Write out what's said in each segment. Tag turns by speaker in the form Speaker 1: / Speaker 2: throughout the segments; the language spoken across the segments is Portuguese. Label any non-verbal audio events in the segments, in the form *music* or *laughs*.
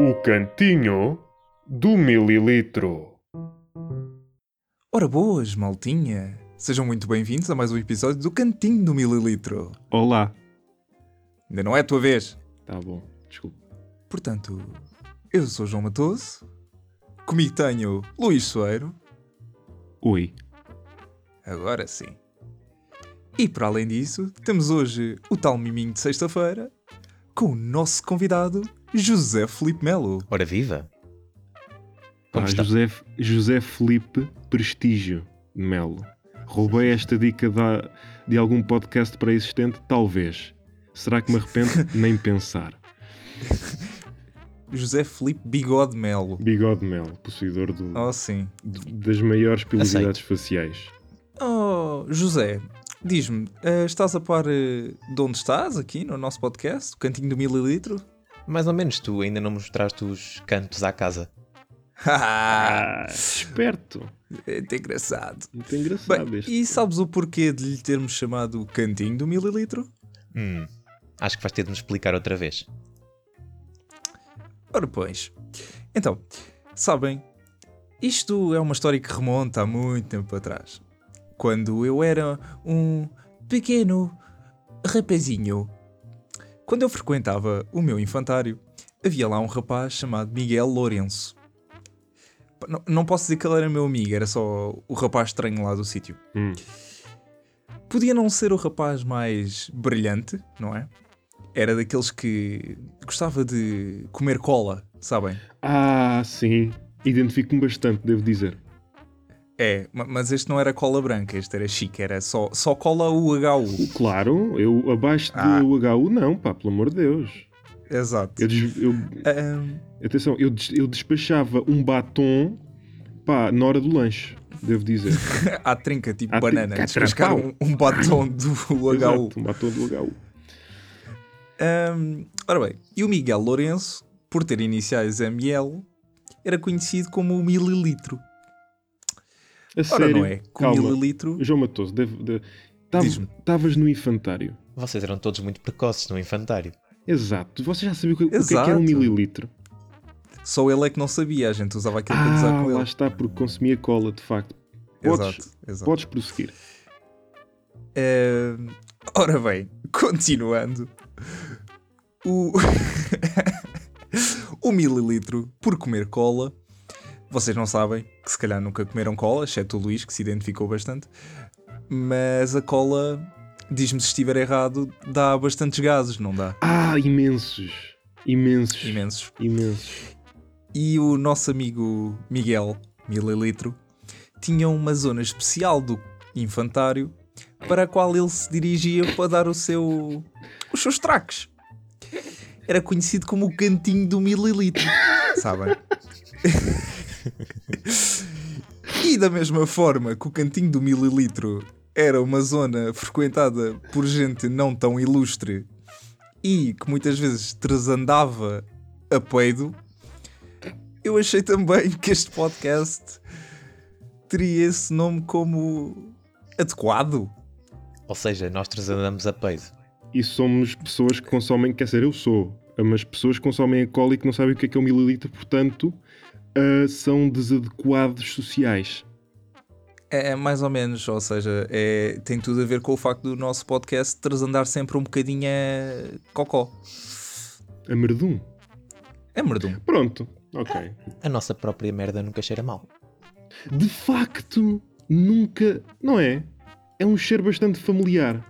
Speaker 1: O cantinho do mililitro.
Speaker 2: Ora boas, maltinha! Sejam muito bem-vindos a mais um episódio do Cantinho do Mililitro.
Speaker 3: Olá.
Speaker 2: Ainda não é a tua vez.
Speaker 3: Tá bom, desculpa.
Speaker 2: Portanto, eu sou João Matoso, comigo tenho Luís Soeiro,
Speaker 3: Ui.
Speaker 2: agora sim. E para além disso, temos hoje o tal miminho de sexta-feira com o nosso convidado José Felipe Melo.
Speaker 4: Ora viva!
Speaker 3: Pá,
Speaker 4: Como está?
Speaker 3: José, José Felipe Prestígio de Melo. Roubei esta dica da- de algum podcast pré-existente? Talvez. Será que me arrependo? Nem pensar.
Speaker 2: José Felipe Bigode Melo.
Speaker 3: Bigode Melo, possuidor do-
Speaker 2: Oh, sim.
Speaker 3: d- das maiores pilosidades faciais.
Speaker 2: Oh, José, diz-me, eh, estás a par eh, de onde estás aqui no nosso podcast, o Cantinho do Mililitro?
Speaker 4: Mais ou menos tu ainda não mostraste os cantos à casa.
Speaker 2: Ah,
Speaker 3: esperto.
Speaker 2: é muito engraçado.
Speaker 3: Muito engraçado
Speaker 2: Bem,
Speaker 3: este.
Speaker 2: e sabes o porquê de lhe termos chamado Cantinho do Mililitro?
Speaker 4: Hum, acho que vais ter de me explicar outra vez.
Speaker 2: Ora, pois. Então, sabem, isto é uma história que remonta a muito tempo atrás. Quando eu era um pequeno rapazinho. Quando eu frequentava o meu infantário, havia lá um rapaz chamado Miguel Lourenço. Pá, Não, não posso dizer que ele era meu amigo, era só o rapaz estranho lá do sítio.
Speaker 3: Hum.
Speaker 2: Podia não ser o rapaz mais brilhante, não é? Era daqueles que gostava de comer cola, sabem?
Speaker 3: Ah, sim. Identifico-me bastante, devo dizer.
Speaker 2: É, ma- mas este não era cola branca, este era chique, era só, só cola UHU.
Speaker 3: Claro, eu abaixo
Speaker 2: Ah.
Speaker 3: de UHU não, pá, pelo amor de Deus.
Speaker 2: Exato.
Speaker 3: Eu, des- eu
Speaker 2: Ahm,
Speaker 3: Atenção, eu, des- eu despachava um batom pá, na hora do lanche, devo dizer.
Speaker 2: *laughs* à trinca, tipo
Speaker 3: À
Speaker 2: banana,
Speaker 3: trinca,
Speaker 2: descascar um,
Speaker 3: trapau. *laughs*
Speaker 2: um batom *laughs* do UHU.
Speaker 3: Exato, um batom do HU.
Speaker 2: Ahm, ora bem, e o Miguel Lourenço, por ter iniciais ML, era conhecido como o mililitro.
Speaker 3: A
Speaker 2: Ora,
Speaker 3: sério,
Speaker 2: não é? Que o
Speaker 3: calma.
Speaker 2: mililitro.
Speaker 3: João Matoso, devo- de-
Speaker 2: Diz-me.
Speaker 3: Estavas no infantário.
Speaker 4: Vocês eram todos muito precoces no infantário.
Speaker 3: Exato. Você já sabia o que, o que é que
Speaker 2: Exato.
Speaker 3: era um mililitro?
Speaker 2: Só ele é que não sabia, a gente usava aquilo para
Speaker 3: Ah,
Speaker 2: gozar com
Speaker 3: lá
Speaker 2: ele.
Speaker 3: está, porque consumia cola, de facto. Podes,
Speaker 2: Exato, exato.
Speaker 3: podes prosseguir.
Speaker 2: Eh, ora bem, *laughs* continuando. O... *laughs* o mililitro por comer cola. Vocês não sabem, que se calhar nunca comeram cola, exceto o Luís, que se identificou bastante. Mas a cola, diz-me se estiver errado, dá bastantes gases, não dá?
Speaker 3: Ah, imensos. Imensos.
Speaker 2: Imensos.
Speaker 3: Imensos.
Speaker 2: E o nosso amigo Miguel, mililitro, tinha uma zona especial do infantário para a qual ele se dirigia para dar o seu, os seus traques. Era conhecido como o cantinho do mililitro, sabem? e da mesma forma que o cantinho do mililitro era uma zona frequentada por gente não tão ilustre e que muitas vezes transandava a peido, eu achei também que este podcast teria esse nome como adequado.
Speaker 4: Ou seja, nós transandamos a peido.
Speaker 3: E somos pessoas que consomem, quer dizer, eu sou, mas pessoas que consomem a cola e que não sabem o que é que é um mililitro, portanto, ah, são desadequados sociais.
Speaker 2: É mais ou menos, ou seja, é- tem tudo a ver com o facto do nosso podcast transandar sempre um bocadinho a cocó.
Speaker 3: A merdum.
Speaker 2: É merdum.
Speaker 3: Pronto, ok.
Speaker 4: A nossa própria merda nunca cheira mal.
Speaker 3: De facto, nunca. Não é? É um cheiro bastante familiar.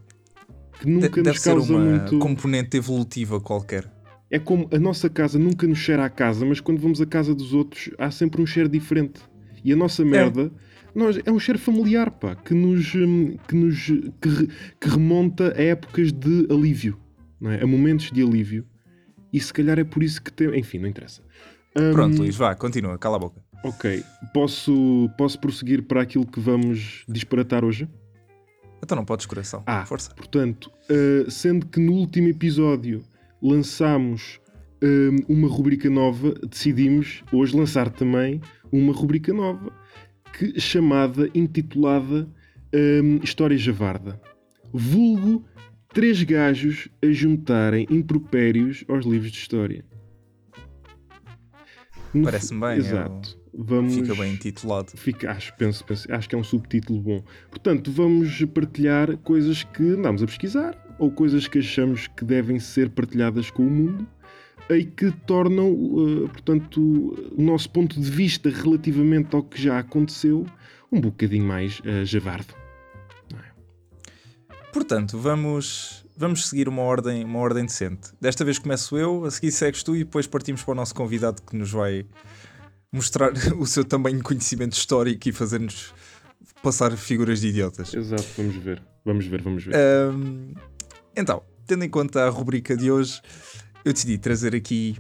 Speaker 3: Que
Speaker 2: De-
Speaker 3: nunca
Speaker 2: deve
Speaker 3: nos
Speaker 2: ser
Speaker 3: causa
Speaker 2: uma
Speaker 3: muito.
Speaker 2: componente evolutiva qualquer.
Speaker 3: É como a nossa casa nunca nos cheira à casa, mas quando vamos à casa dos outros há sempre um cheiro diferente. E a nossa merda nós, é um cheiro familiar, pá, que nos, hum, que, nos que, re- que remonta a épocas de alívio, não é? a momentos de alívio. E se calhar é por isso que tem. Enfim, não interessa. Hum,
Speaker 2: Pronto, Luís, vá, continua, cala a boca.
Speaker 3: Ok, posso, posso prosseguir para aquilo que vamos disparatar hoje?
Speaker 2: Então não podes coração.
Speaker 3: Ah,
Speaker 2: Força.
Speaker 3: Portanto, uh, sendo que no último episódio lançámos um, uma rubrica nova, decidimos hoje lançar também uma rubrica nova que, chamada, intitulada um, História Javarda. Vulgo três gajos a juntarem impropérios aos livros de história. No
Speaker 2: Parece-me
Speaker 3: fi-
Speaker 2: bem, é
Speaker 3: Exato. Vamos...
Speaker 2: Fica bem intitulado.
Speaker 3: Fica, acho, penso, penso- acho que é um subtítulo bom. Portanto, vamos partilhar coisas que andamos a pesquisar ou coisas que achamos que devem ser partilhadas com o mundo e que tornam, eh, portanto, o nosso ponto de vista relativamente ao que já aconteceu um bocadinho mais eh, javardo.
Speaker 2: Portanto, vamos, vamos seguir uma ordem, uma ordem decente. Desta vez começo eu, a seguir segues tu e depois partimos para o nosso convidado que nos vai mostrar *laughs* o seu tamanho de conhecimento histórico e fazer-nos passar figuras de idiotas.
Speaker 3: Exato, vamos ver. Vamos ver, vamos ver.
Speaker 2: Ahm, então, tendo em conta a rubrica de hoje, eu decidi trazer aqui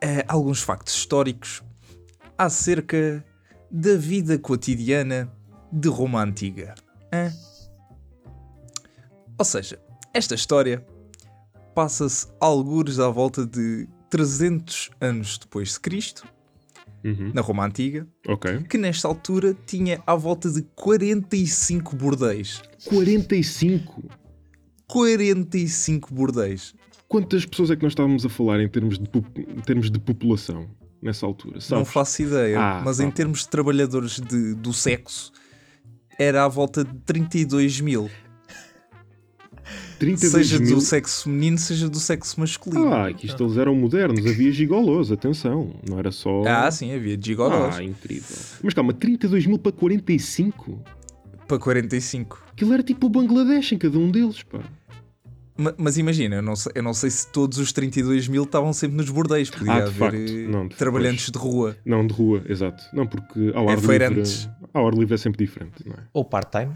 Speaker 2: eh, alguns factos históricos acerca da vida cotidiana de Roma Antiga. Hã? Ou seja, esta história passa-se algures à volta de 300 anos depois de Cristo,
Speaker 3: Uhum.
Speaker 2: na Roma Antiga,
Speaker 3: Ok.
Speaker 2: que nesta altura tinha à volta de 45 bordéis.
Speaker 3: 45.
Speaker 2: 45 bordéis.
Speaker 3: Quantas pessoas é que nós estávamos a falar em termos de, pop- em termos de população nessa altura?
Speaker 2: Não
Speaker 3: Sabes?
Speaker 2: faço ideia,
Speaker 3: Ah,
Speaker 2: mas em
Speaker 3: pronto.
Speaker 2: termos de trabalhadores de- do sexo, era à volta de 32 mil.
Speaker 3: 32
Speaker 2: Seja
Speaker 3: mil...
Speaker 2: do sexo feminino, seja do sexo masculino.
Speaker 3: Ah, que isto eles eram modernos, havia gigolos, atenção, não era só.
Speaker 2: Ah, sim, havia de gigolos
Speaker 3: Ah, incrível. Mas calma, 32 mil para 45?
Speaker 2: para 45.
Speaker 3: Aquilo era tipo o Bangladesh em cada um deles, pá.
Speaker 2: Ma- mas imagina, eu não, sei, eu não sei se todos os 32 mil estavam sempre nos bordéis. Podia
Speaker 3: Ah, de
Speaker 2: haver
Speaker 3: facto.
Speaker 2: eh,
Speaker 3: Não, de-
Speaker 2: trabalhantes de rua.
Speaker 3: Não, de rua, exato. Não, porque ao
Speaker 2: É
Speaker 3: ar livre.
Speaker 2: feirantes.
Speaker 3: Ao ar livre é sempre diferente, não é?
Speaker 4: Ou part-time.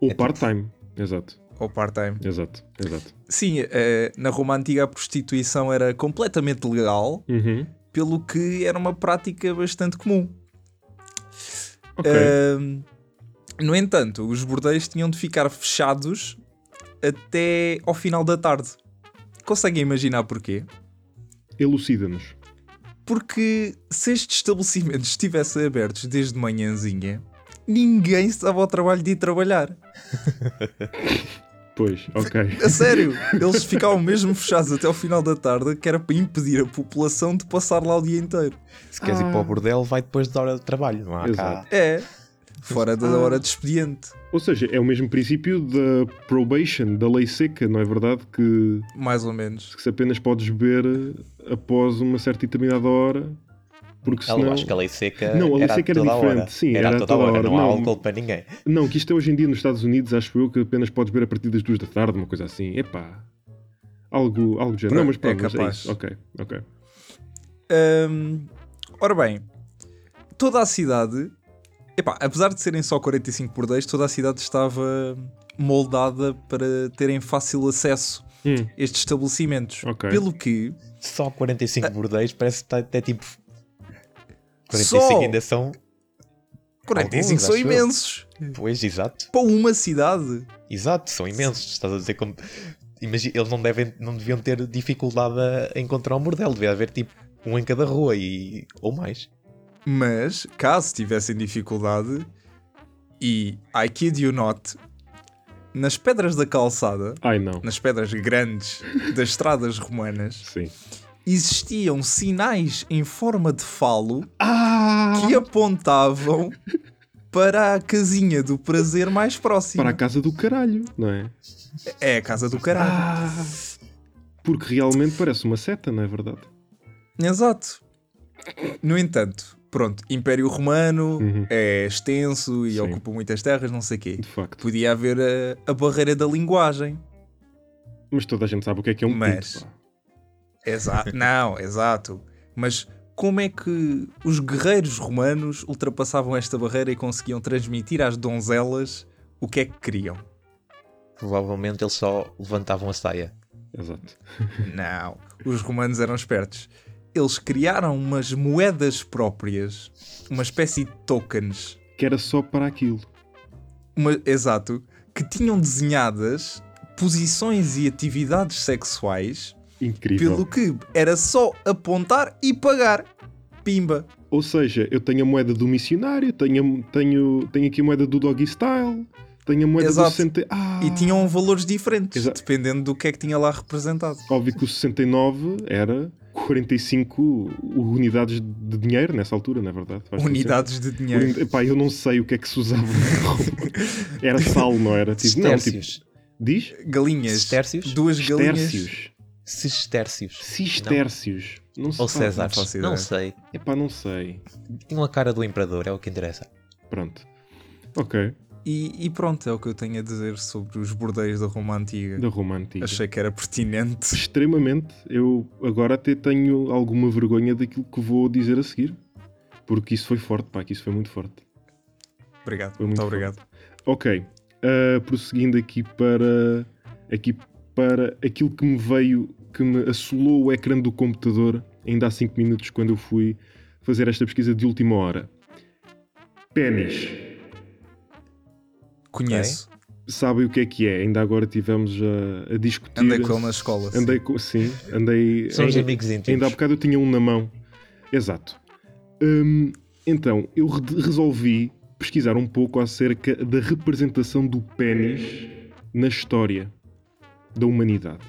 Speaker 3: Ou
Speaker 4: É
Speaker 3: part-time. Exato,
Speaker 2: Ou part-time.
Speaker 3: exato, exato.
Speaker 2: Sim, eh, na Roma Antiga a prostituição era completamente legal,
Speaker 3: Uhum.
Speaker 2: pelo que era uma prática bastante comum.
Speaker 3: Ok.
Speaker 4: Eh,
Speaker 2: Ahm, no entanto, os bordéis tinham de ficar fechados até ao final da tarde. Conseguem imaginar porquê?
Speaker 3: Elucida-nos.
Speaker 2: Porque se estes estabelecimentos estivessem abertos desde manhãzinha, ninguém se dava ao trabalho de ir trabalhar.
Speaker 3: Pois, ok. *laughs*
Speaker 2: A sério, eles ficavam mesmo fechados até ao final da tarde, que era para impedir a população de passar lá o dia inteiro.
Speaker 4: Se queres ir para o bordel, vai depois da hora de trabalho. Não há
Speaker 3: Exato.
Speaker 4: cá.
Speaker 2: É, fora da
Speaker 3: Ah.
Speaker 2: hora de expediente.
Speaker 3: Ou seja, é o mesmo princípio da probation, da lei seca, não é verdade? Que
Speaker 2: Mais ou menos.
Speaker 3: que se apenas podes beber eh, após uma certa e determinada hora, porque
Speaker 4: Eu
Speaker 3: senão...
Speaker 4: acho que a lei seca
Speaker 3: Não, a lei
Speaker 4: era
Speaker 3: seca era
Speaker 4: toda a
Speaker 3: diferente,
Speaker 4: hora.
Speaker 3: sim,
Speaker 4: era,
Speaker 3: era
Speaker 4: toda a
Speaker 3: toda a
Speaker 4: hora.
Speaker 3: hora,
Speaker 4: Não, há
Speaker 3: não.
Speaker 4: álcool para ninguém.
Speaker 3: Não, que isto é hoje em dia nos Estados Unidos, acho eu, que apenas podes beber a partir das duas da tarde, uma coisa assim. Epá, algo, algo de género. Não, mas
Speaker 2: É
Speaker 3: pronto, mas
Speaker 2: capaz.
Speaker 3: isso. Ok, ok.
Speaker 2: Hum, ora bem, toda a cidade, epá, apesar de serem só 45 por 10, toda a cidade estava moldada para terem fácil acesso
Speaker 3: Hum,
Speaker 2: a estes estabelecimentos.
Speaker 3: Ok.
Speaker 2: Pelo que
Speaker 4: Só
Speaker 3: Ah.
Speaker 4: 45 bordéis, parece que está até tipo. 45
Speaker 2: Só?
Speaker 4: ainda são.
Speaker 2: 45
Speaker 4: Alguns,
Speaker 2: são
Speaker 4: acho eu.
Speaker 2: imensos
Speaker 4: Pois, exato.
Speaker 2: para uma cidade.
Speaker 4: Exato, são imensos. Estás a dizer como. Imagina, eles não, devem, não deviam ter dificuldade a encontrar um bordel. Devia haver tipo um em cada rua e. ou mais.
Speaker 2: Mas caso tivessem dificuldade, e I kid you not, nas pedras da calçada,
Speaker 3: Ai não,
Speaker 2: nas pedras grandes das estradas romanas,
Speaker 3: sim.
Speaker 2: existiam sinais em forma de falo
Speaker 3: Ah!
Speaker 2: que apontavam para a casinha do prazer mais
Speaker 3: Para
Speaker 2: próxima.
Speaker 3: a casa do caralho, não é?
Speaker 2: É a casa do caralho.
Speaker 3: Ah! Porque realmente parece uma seta, não é verdade?
Speaker 2: Exato. No entanto, pronto, Império Romano
Speaker 3: Uhum.
Speaker 2: é extenso e
Speaker 3: Sim.
Speaker 2: ocupa muitas terras, não sei o quê.
Speaker 3: De facto.
Speaker 2: Podia haver a, a barreira da linguagem.
Speaker 3: Mas toda a gente sabe o que é que é um
Speaker 2: Mas-
Speaker 3: puto, pá. *laughs*
Speaker 2: Exato. não, exato. Mas como é que os guerreiros romanos ultrapassavam esta barreira e conseguiam transmitir às donzelas o que é que queriam?
Speaker 4: Provavelmente eles só levantavam a saia.
Speaker 3: Exato.
Speaker 2: Não, os romanos eram espertos. Eles criaram umas moedas próprias, uma espécie de tokens,
Speaker 3: Que era só para aquilo.
Speaker 2: uma- exato, que tinham desenhadas posições e atividades sexuais,
Speaker 3: Incrível.
Speaker 2: pelo que era só apontar e pagar. Pimba.
Speaker 3: Ou seja, eu tenho a moeda do missionário, tenho, tenho, tenho aqui a moeda do doggy style, tenho a moeda
Speaker 2: Exato.
Speaker 3: do 60. Ah,
Speaker 2: E tinham valores diferentes,
Speaker 3: Exato.
Speaker 2: dependendo do que é que tinha lá representado.
Speaker 3: Óbvio que o 69 era. 45 unidades de dinheiro nessa altura, na verdade. Faz
Speaker 2: Unidades de
Speaker 3: todo
Speaker 2: dinheiro.
Speaker 3: sentido. Epá, eu não sei o que é que se
Speaker 2: *laughs*
Speaker 3: usava na Roma. Era sal, não era? Tipo, não, tipo,
Speaker 4: Sestércios.
Speaker 3: diz?
Speaker 2: Galinhas.
Speaker 4: Sestércios?
Speaker 2: Duas galinhas.
Speaker 3: Estércios.
Speaker 4: Sestércios.
Speaker 3: Sistércios. Não, se
Speaker 4: Ou
Speaker 3: fala.
Speaker 4: César.
Speaker 2: faço
Speaker 4: Não
Speaker 2: ideia.
Speaker 4: sei.
Speaker 3: Epá, não sei.
Speaker 4: Tinham a cara do imperador, é o que interessa.
Speaker 3: Pronto. Ok.
Speaker 2: E, e pronto, é o que eu tenho a dizer sobre os bordéis da Roma Antiga.
Speaker 3: Da Roma Antiga.
Speaker 2: Achei que era pertinente.
Speaker 3: Extremamente. Eu agora até tenho alguma vergonha daquilo que vou dizer a seguir. Porque isso foi forte, pá, que isso foi muito forte.
Speaker 2: Obrigado.
Speaker 3: Foi
Speaker 2: Muito,
Speaker 3: muito
Speaker 2: obrigado.
Speaker 3: Ok. ah, prosseguindo aqui para aqui para aquilo que me veio, que me assolou o ecrã do computador ainda há 5 minutos quando eu fui fazer esta pesquisa de última hora. Pênis.
Speaker 2: Conheço.
Speaker 3: Sabem o que é que é? Ainda agora tivemos a, a discutir.
Speaker 2: Andei com ele na escola.
Speaker 3: Andei com, sim, andei.
Speaker 4: São os
Speaker 3: em-
Speaker 4: amigos íntimos.
Speaker 3: Ainda há bocado eu tinha um na mão. Exato. Hum, então, eu re- resolvi pesquisar um pouco acerca da representação do pênis na história da humanidade.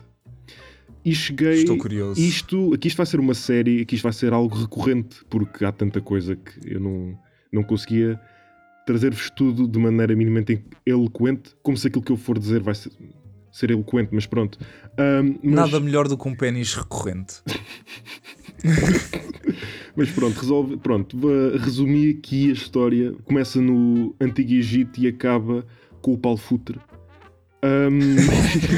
Speaker 3: E cheguei.
Speaker 2: Estou curioso.
Speaker 3: Isto, aqui isto vai ser uma série, aqui isto vai ser algo recorrente, porque há tanta coisa que eu não, não conseguia trazer-vos tudo de maneira minimamente eloquente, como se aquilo que eu for dizer vai ser, ser eloquente, mas pronto. Hum, mas-
Speaker 2: Nada melhor do que um pênis recorrente.
Speaker 3: É, Mas pronto, resolve, pronto, va- resumi aqui a história. Começa no Antigo Egito e acaba com o Paulo Futre. Ahm,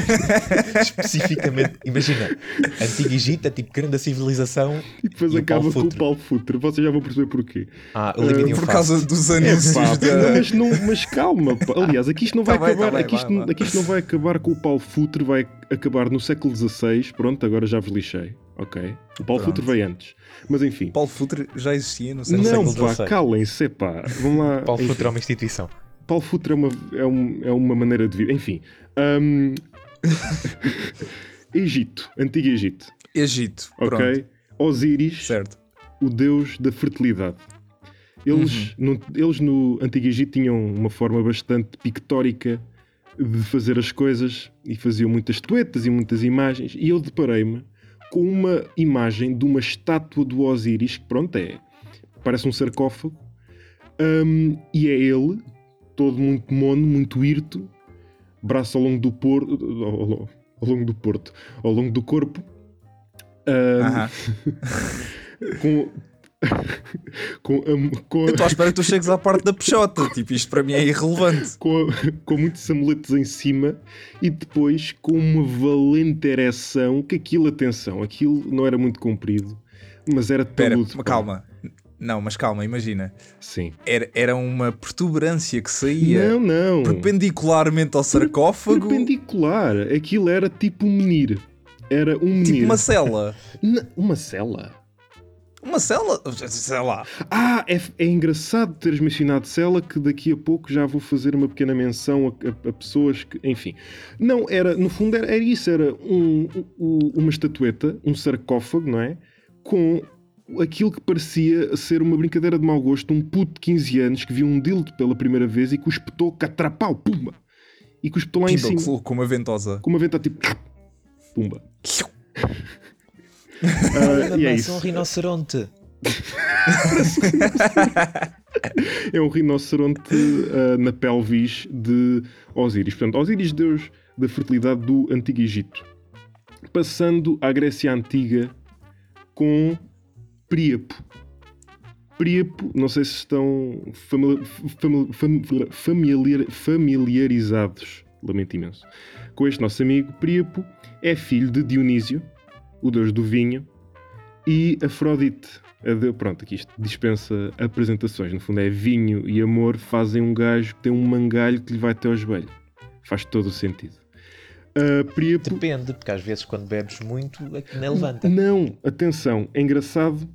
Speaker 4: *laughs* Especificamente, imagina, Antigo Egito é tipo grande civilização.
Speaker 3: e depois
Speaker 4: E o
Speaker 3: acaba
Speaker 4: Paulo
Speaker 3: com o
Speaker 4: Futre.
Speaker 3: Paulo Futre. Vocês já vão perceber porquê.
Speaker 4: Ah, eliminou
Speaker 2: Por causa dos anúncios
Speaker 3: Pá, não,
Speaker 2: da.
Speaker 3: mas, não- mas calma, pá. aliás, aqui isto não vai
Speaker 2: Tá bem, tá
Speaker 3: acabar.
Speaker 2: bem,
Speaker 3: aqui, isto,
Speaker 2: vai, vai.
Speaker 3: aqui isto não vai acabar com o Paulo Futre, vai acabar no século XVI. Pronto, agora já vos lixei. Ok. O Paulo
Speaker 2: Pronto.
Speaker 3: Futre veio antes. Mas enfim.
Speaker 2: *laughs* Paulo Futre já existia, não sei.
Speaker 3: Não,
Speaker 4: século
Speaker 3: pá,
Speaker 4: XVI.
Speaker 3: calem-se, pá. Vamos lá.
Speaker 4: Paulo
Speaker 3: Enfim.
Speaker 4: Futre é uma instituição.
Speaker 3: Paulo Futre é uma, é um- é uma maneira de vida. Enfim. Hum, Egito. Antigo Egito.
Speaker 2: Egito. Pronto.
Speaker 3: Ok? Osíris,
Speaker 2: Certo.
Speaker 3: o deus da fertilidade. Eles, no, eles no Antigo Egito tinham uma forma bastante pictórica de fazer as coisas e faziam muitas tuetas e muitas imagens. E eu deparei-me com uma imagem de uma estátua do Osíris, que pronto, é, parece um sarcófago, Hum, e é ele, todo muito mono, muito hirto, braço ao longo do porto, ao, ao longo do porto, ao longo do corpo, hum,
Speaker 2: Aham.
Speaker 3: com, *laughs* com, a- com,
Speaker 2: Eu estou à
Speaker 3: a-
Speaker 2: espera que tu chegues à parte da peixota. Tipo, isto para mim é irrelevante.
Speaker 3: com, a- com muitos amuletos em cima e depois com uma valente ereção que aquilo, atenção, aquilo não era muito comprido, mas era
Speaker 2: Espera,
Speaker 3: peludo. pá.
Speaker 2: calma. Não, mas calma, imagina.
Speaker 3: Sim.
Speaker 2: Era, era uma protuberância que saía
Speaker 3: Não, não.
Speaker 2: perpendicularmente ao sarcófago,
Speaker 3: Perpendicular. Aquilo era tipo um menir. Era um menir.
Speaker 2: tipo uma cela.
Speaker 3: Na- uma cela?
Speaker 2: Uma cela? Sei lá.
Speaker 3: Ah, é, é engraçado teres mencionado Cela, que daqui a pouco já vou fazer uma pequena menção a, a- a pessoas que. Enfim. Não, era, no fundo era, era isso, era um- um- uma estatueta, um sarcófago, não é? Com aquilo que parecia ser uma brincadeira de mau gosto, um puto de 15 anos que viu um dildo pela primeira vez e que o espetou catrapau, pumba! E que o espetou lá em
Speaker 2: Tipo,
Speaker 3: cima.
Speaker 2: com uma ventosa.
Speaker 3: Com uma venta tipo. Pumba. Ah, e é isso.
Speaker 4: um rinoceronte.
Speaker 3: é um rinoceronte ah, na pelvis de Osíris. Portanto, Osíris, deus da fertilidade do Antigo Egito. Passando à Grécia Antiga com Príapo. Príapo, não sei se estão famili- famili- fam- familiar- familiarizados, lamento imenso, com este nosso amigo. Príapo é filho de Dionísio, o deus do vinho, e Afrodite. A de- Pronto, aqui isto dispensa apresentações. No fundo, é vinho e amor fazem um gajo que tem um mangalho que lhe vai até ao joelho. Faz todo o sentido. Ah, Príapo.
Speaker 4: Depende, porque às vezes quando bebes muito, aqui não né? levanta.
Speaker 3: Não, atenção, é engraçado.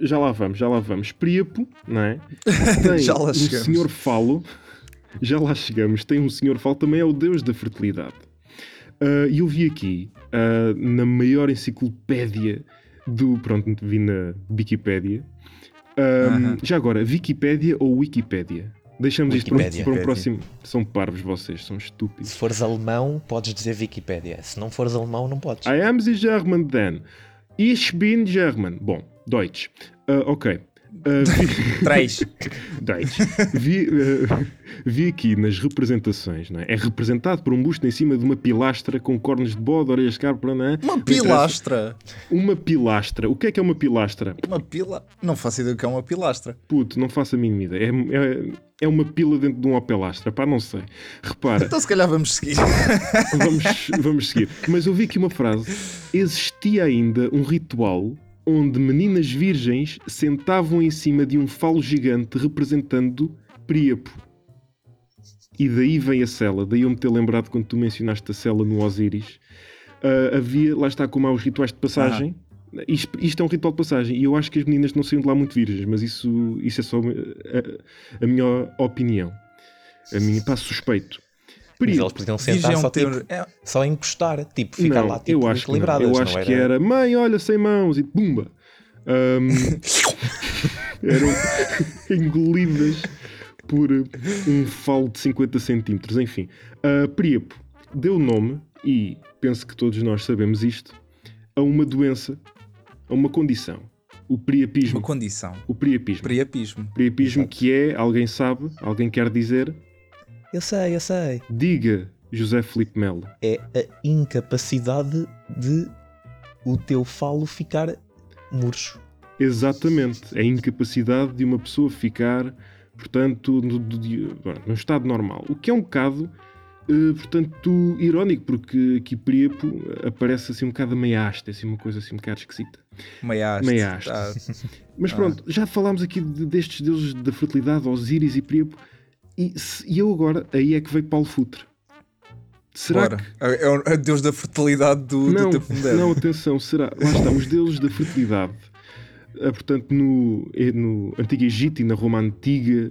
Speaker 3: Já lá vamos, já lá vamos. Príapo, não
Speaker 2: *laughs*
Speaker 3: é? Tem
Speaker 2: Já lá
Speaker 3: um
Speaker 2: chegamos.
Speaker 3: senhor falo, já lá chegamos. Tem um senhor falo, também é o deus da fertilidade. Ah, E eu vi aqui, ah, na maior enciclopédia do. Pronto, vi na Wikipédia. Ahm,
Speaker 2: Aham.
Speaker 3: Já agora, Wikipédia ou Wikipédia? Deixamos isto para um,
Speaker 4: Wikipédia.
Speaker 3: para um próximo. São parvos vocês, são estúpidos.
Speaker 4: Se fores alemão, podes dizer Wikipédia. Se não fores alemão, não podes.
Speaker 3: I am the German then. Ich bin German. Bom, Deutsch. Ah, ok. Ah, vi,
Speaker 2: Três.
Speaker 3: Deutsch. Vi, ah, vi aqui nas representações, não é? É representado por um busto em cima de uma pilastra com cornos de bode, orelhas de cabra, não é?
Speaker 2: Uma pilastra.
Speaker 3: Uma pilastra. O que é que é uma pilastra?
Speaker 2: Uma pila. Não faço ideia do que é uma pilastra.
Speaker 3: Puto, não faço a mínima ideia. É, é, é uma pila dentro de um Opel Astra, pá, não sei. Repara,
Speaker 2: Então se calhar vamos seguir.
Speaker 3: *laughs* vamos, vamos seguir. Mas eu vi aqui uma frase. Existia ainda um ritual onde meninas virgens sentavam em cima de um falo gigante representando Príapo. E daí vem a cela. Daí eu me ter lembrado quando tu mencionaste a cela no Osíris. Ah, havia, lá está como há os rituais de passagem.
Speaker 4: Ah.
Speaker 3: Isto, isto é um ritual de passagem. E eu acho que as meninas não saíam de lá muito virgens, mas isso, isso é só ah, a, a- a minha opinião. A minha, pá, suspeito.
Speaker 4: Mas
Speaker 3: Príapo.
Speaker 4: eles podiam
Speaker 2: Virgem
Speaker 4: sentar
Speaker 2: é um
Speaker 4: só, tipo,
Speaker 2: termo- é-
Speaker 4: só encostar, tipo, ficar lá tipo,
Speaker 3: eu acho que não.
Speaker 4: equilibradas.
Speaker 3: Eu
Speaker 4: não
Speaker 3: acho que era mãe, olha, sem mãos e bumba.
Speaker 4: *laughs*
Speaker 3: Ahm, eram *laughs* engolidas por um falo de 50 centímetros. Enfim, Ah, Príapo deu nome, e penso que todos nós sabemos isto, a uma doença, a uma condição. O priapismo.
Speaker 2: Uma condição.
Speaker 3: O priapismo.
Speaker 2: Priapismo.
Speaker 3: Priapismo
Speaker 4: Exato.
Speaker 3: que é, alguém sabe, alguém quer dizer,
Speaker 4: Eu sei, eu sei.
Speaker 3: diga José Filipe Melo.
Speaker 4: É a incapacidade de o teu falo ficar murcho.
Speaker 3: Exatamente. A incapacidade de uma pessoa ficar, portanto, no, do- de- bom, num estado normal. O que é um bocado, eh, portanto, irónico, porque aqui Priapo aparece assim um bocado a meia haste, assim uma coisa assim um bocado esquisita.
Speaker 2: Meia haste.
Speaker 3: Meia haste.
Speaker 2: Tá.
Speaker 3: Mas pronto, já falámos aqui de- destes deuses da fertilidade, Osíris e Priapo, e, se- e eu agora, aí é que veio Paulo Futre. Será
Speaker 2: Bora.
Speaker 3: que...
Speaker 2: É é o é o deus da fertilidade do,
Speaker 3: não,
Speaker 2: do tempo moderno.
Speaker 3: não, atenção, será? Lá está, os deuses da fertilidade. Ah, portanto, no, eh, no Antigo Egito e na Roma Antiga,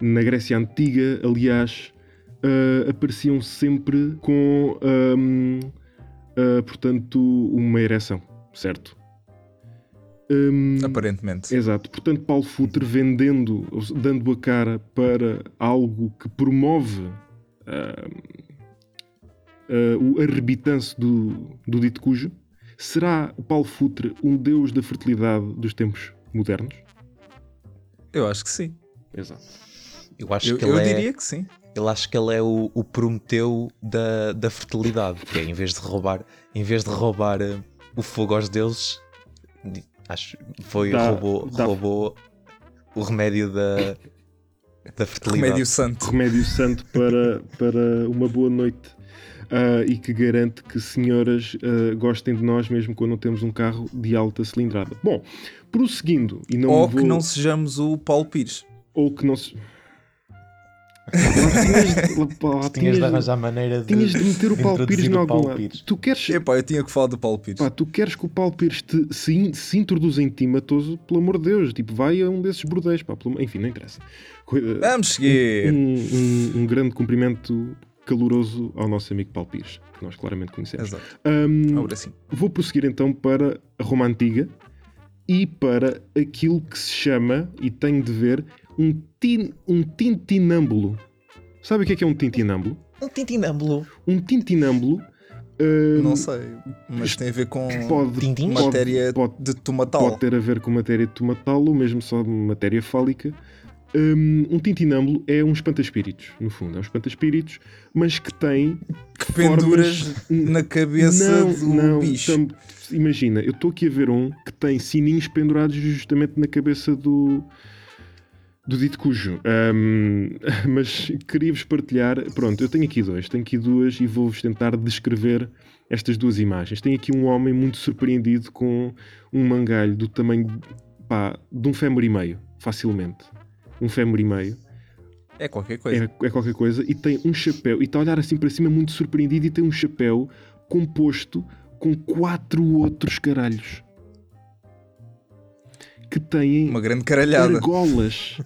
Speaker 3: na Grécia Antiga, aliás, ah, apareciam sempre com, ahm, ah, portanto, uma ereção, certo? Ahm,
Speaker 2: Aparentemente.
Speaker 3: Exato. Portanto, Paulo Futre vendendo, ou se- dando a cara para algo que promove ah, ah, o arrebitance do, do dito cujo, será o Paulo Futre um deus da fertilidade dos tempos modernos?
Speaker 2: Eu acho que sim.
Speaker 3: Exato.
Speaker 4: Eu acho
Speaker 2: Eu,
Speaker 4: que
Speaker 2: eu
Speaker 4: ele é.
Speaker 2: diria que sim.
Speaker 4: Eu acho que ele é o, o Prometeu da, da fertilidade, que é em vez de roubar, em vez de roubar eh, o fogo aos deuses, di- acho foi
Speaker 3: Dá-
Speaker 4: roubou,
Speaker 3: dá-
Speaker 4: roubou o remédio da, da fertilidade.
Speaker 2: Remédio santo.
Speaker 3: Remédio santo para, para uma boa noite. Ah, e que garante que senhoras ah, gostem de nós mesmo quando não temos um carro de alta cilindrada. Bom, prosseguindo, e não
Speaker 2: Ou
Speaker 3: vou...
Speaker 2: que não sejamos o Paulo Pires.
Speaker 3: ou que não se. Lá tinhas de,
Speaker 4: *laughs*
Speaker 3: lá- lá
Speaker 4: Tu tinhas de
Speaker 3: tinhas de-
Speaker 4: arranjar maneira de,
Speaker 3: tinhas de meter o Paulo Pires
Speaker 4: *laughs* introduzir
Speaker 3: em
Speaker 4: o
Speaker 3: algum
Speaker 4: Paulo
Speaker 3: lado.
Speaker 4: Pires.
Speaker 3: Tu queres,
Speaker 2: Epá, eu tinha que falar do Paulo Pires.
Speaker 3: pá, tu queres que o Paulo Pires te, se, in- se introduza em ti, Matoso, pelo amor de Deus, tipo, vai a um desses bordéis, pá, pelo- enfim, não interessa. Coisa-
Speaker 2: Vamos seguir.
Speaker 3: Um, um- um grande cumprimento caloroso ao nosso amigo Paulo Pires, que nós claramente conhecemos.
Speaker 2: Exato.
Speaker 3: Ahm,
Speaker 2: Agora sim.
Speaker 3: Vou prosseguir então para a Roma Antiga e para aquilo que se chama, e tenho de ver, um, tin, um tintinâmbulo. Sabe o que é que é um tintinâmbulo?
Speaker 4: Um tintinâmbulo.
Speaker 3: Um tintinâmbulo. ah,
Speaker 2: Não sei, mas tem a ver com
Speaker 3: pode,
Speaker 4: Tintim?
Speaker 3: pode-
Speaker 2: matéria
Speaker 3: pode-
Speaker 2: de tomatal.
Speaker 3: pode ter a ver com matéria de tomatal ou mesmo só de matéria fálica. Um, um tintinâmbulo é um espanta-espíritos, no fundo. É um espanta-espíritos, mas que tem
Speaker 2: Que penduras na cabeça do bicho.
Speaker 3: tam- imagina, eu estou aqui a ver um que tem sininhos pendurados justamente na cabeça do. Do dito cujo. Ahm, *laughs* mas queria-vos partilhar. Pronto, eu tenho aqui dois. Tenho aqui duas e vou-vos tentar descrever estas duas imagens. Tenho aqui um homem muito surpreendido com um mangalho do tamanho pá, de um fémur e meio, facilmente. Um fémur e meio.
Speaker 2: É qualquer coisa.
Speaker 3: É, é qualquer coisa e tem um chapéu e está a olhar assim para cima muito surpreendido e tem um chapéu composto com quatro outros caralhos que têm
Speaker 2: Uma grande caralhada.
Speaker 3: argolas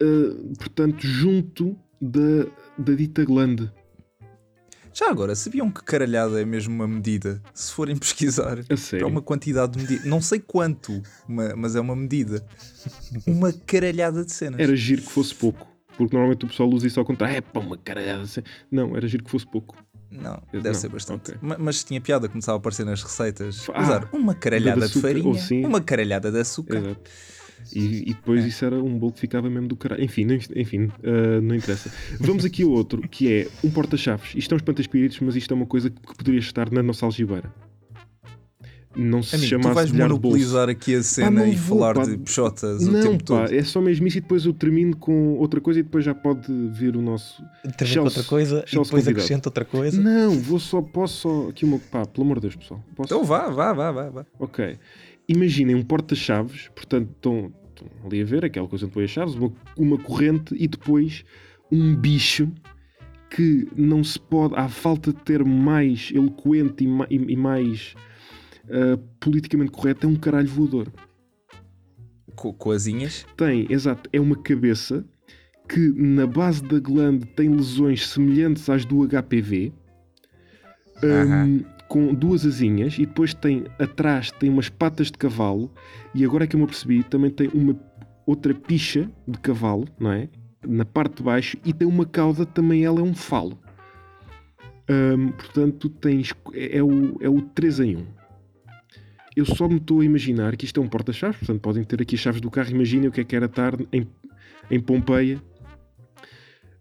Speaker 3: Ah, portanto junto da, da dita glande
Speaker 2: Já agora, sabiam que caralhada é mesmo uma medida? Se forem pesquisar,
Speaker 3: a
Speaker 2: é
Speaker 3: sério
Speaker 2: uma quantidade de medida. Não sei quanto, ma- mas é uma medida. Uma caralhada de cenas.
Speaker 3: era giro que fosse pouco porque normalmente o pessoal usa isso ao contrário é pá uma caralhada assim." não, era giro que fosse pouco
Speaker 2: Não,
Speaker 3: Eu-
Speaker 2: deve
Speaker 3: não,
Speaker 2: ser bastante.
Speaker 3: ok.
Speaker 2: Ma- Mas tinha piada, começava a aparecer nas receitas.
Speaker 3: Ah,
Speaker 2: usar uma
Speaker 3: de
Speaker 2: caralhada de,
Speaker 3: açúcar,
Speaker 2: farinha,
Speaker 3: ou sim.
Speaker 2: uma caralhada de açúcar.
Speaker 3: Exato. E, e depois isso era um bolo que ficava mesmo do caralho. Enfim, não, enfim ah, não interessa. Vamos aqui a outro, que é um porta-chaves. Isto é um espanta-espíritos, mas isto é uma coisa que poderia estar na nossa algibeira. Não se
Speaker 2: Amigo, tu
Speaker 3: chamasse
Speaker 2: vais
Speaker 3: bilhar de bolso.
Speaker 2: monopolizar aqui a cena
Speaker 3: não
Speaker 2: e
Speaker 3: vou,
Speaker 2: falar
Speaker 3: pá.
Speaker 2: de puxotas o
Speaker 3: Não,
Speaker 2: tempo
Speaker 3: pá,
Speaker 2: todo.
Speaker 3: é só mesmo isso e depois eu termino com outra coisa e depois já pode vir o nosso.
Speaker 4: Termina com
Speaker 3: Chelsea-
Speaker 4: outra coisa e
Speaker 3: Chelsea
Speaker 4: depois
Speaker 3: convidado.
Speaker 4: acrescenta outra coisa.
Speaker 3: Não, vou só, posso só. Aqui uma. Pá, pelo amor de Deus, pessoal. Posso?
Speaker 2: Então vá, vá, vá, vá. vá.
Speaker 3: Ok. Imaginem um porta-chaves, portanto, estão, estão ali a ver aquela coisa onde põe as chaves, uma, uma corrente e depois um bicho que não se pode, à falta de ter mais eloquente e, ma- e- e mais ah, politicamente correto, é um caralho voador.
Speaker 2: Co coasinhas.
Speaker 3: Tem, exato, é uma cabeça que na base da glande tem lesões semelhantes às do HPV, hum, com duas asinhas, e depois tem atrás tem umas patas de cavalo, e agora é que eu me apercebi, também tem uma outra picha de cavalo, não é? Na parte de baixo, e tem uma cauda, também ela é um falo. Hum, portanto, tens, é, é o, é o 3 em 1. Eu só me estou a imaginar que isto é um porta-chaves, portanto podem ter aqui as chaves do carro. Imaginem o que é que era estar em, em Pompeia,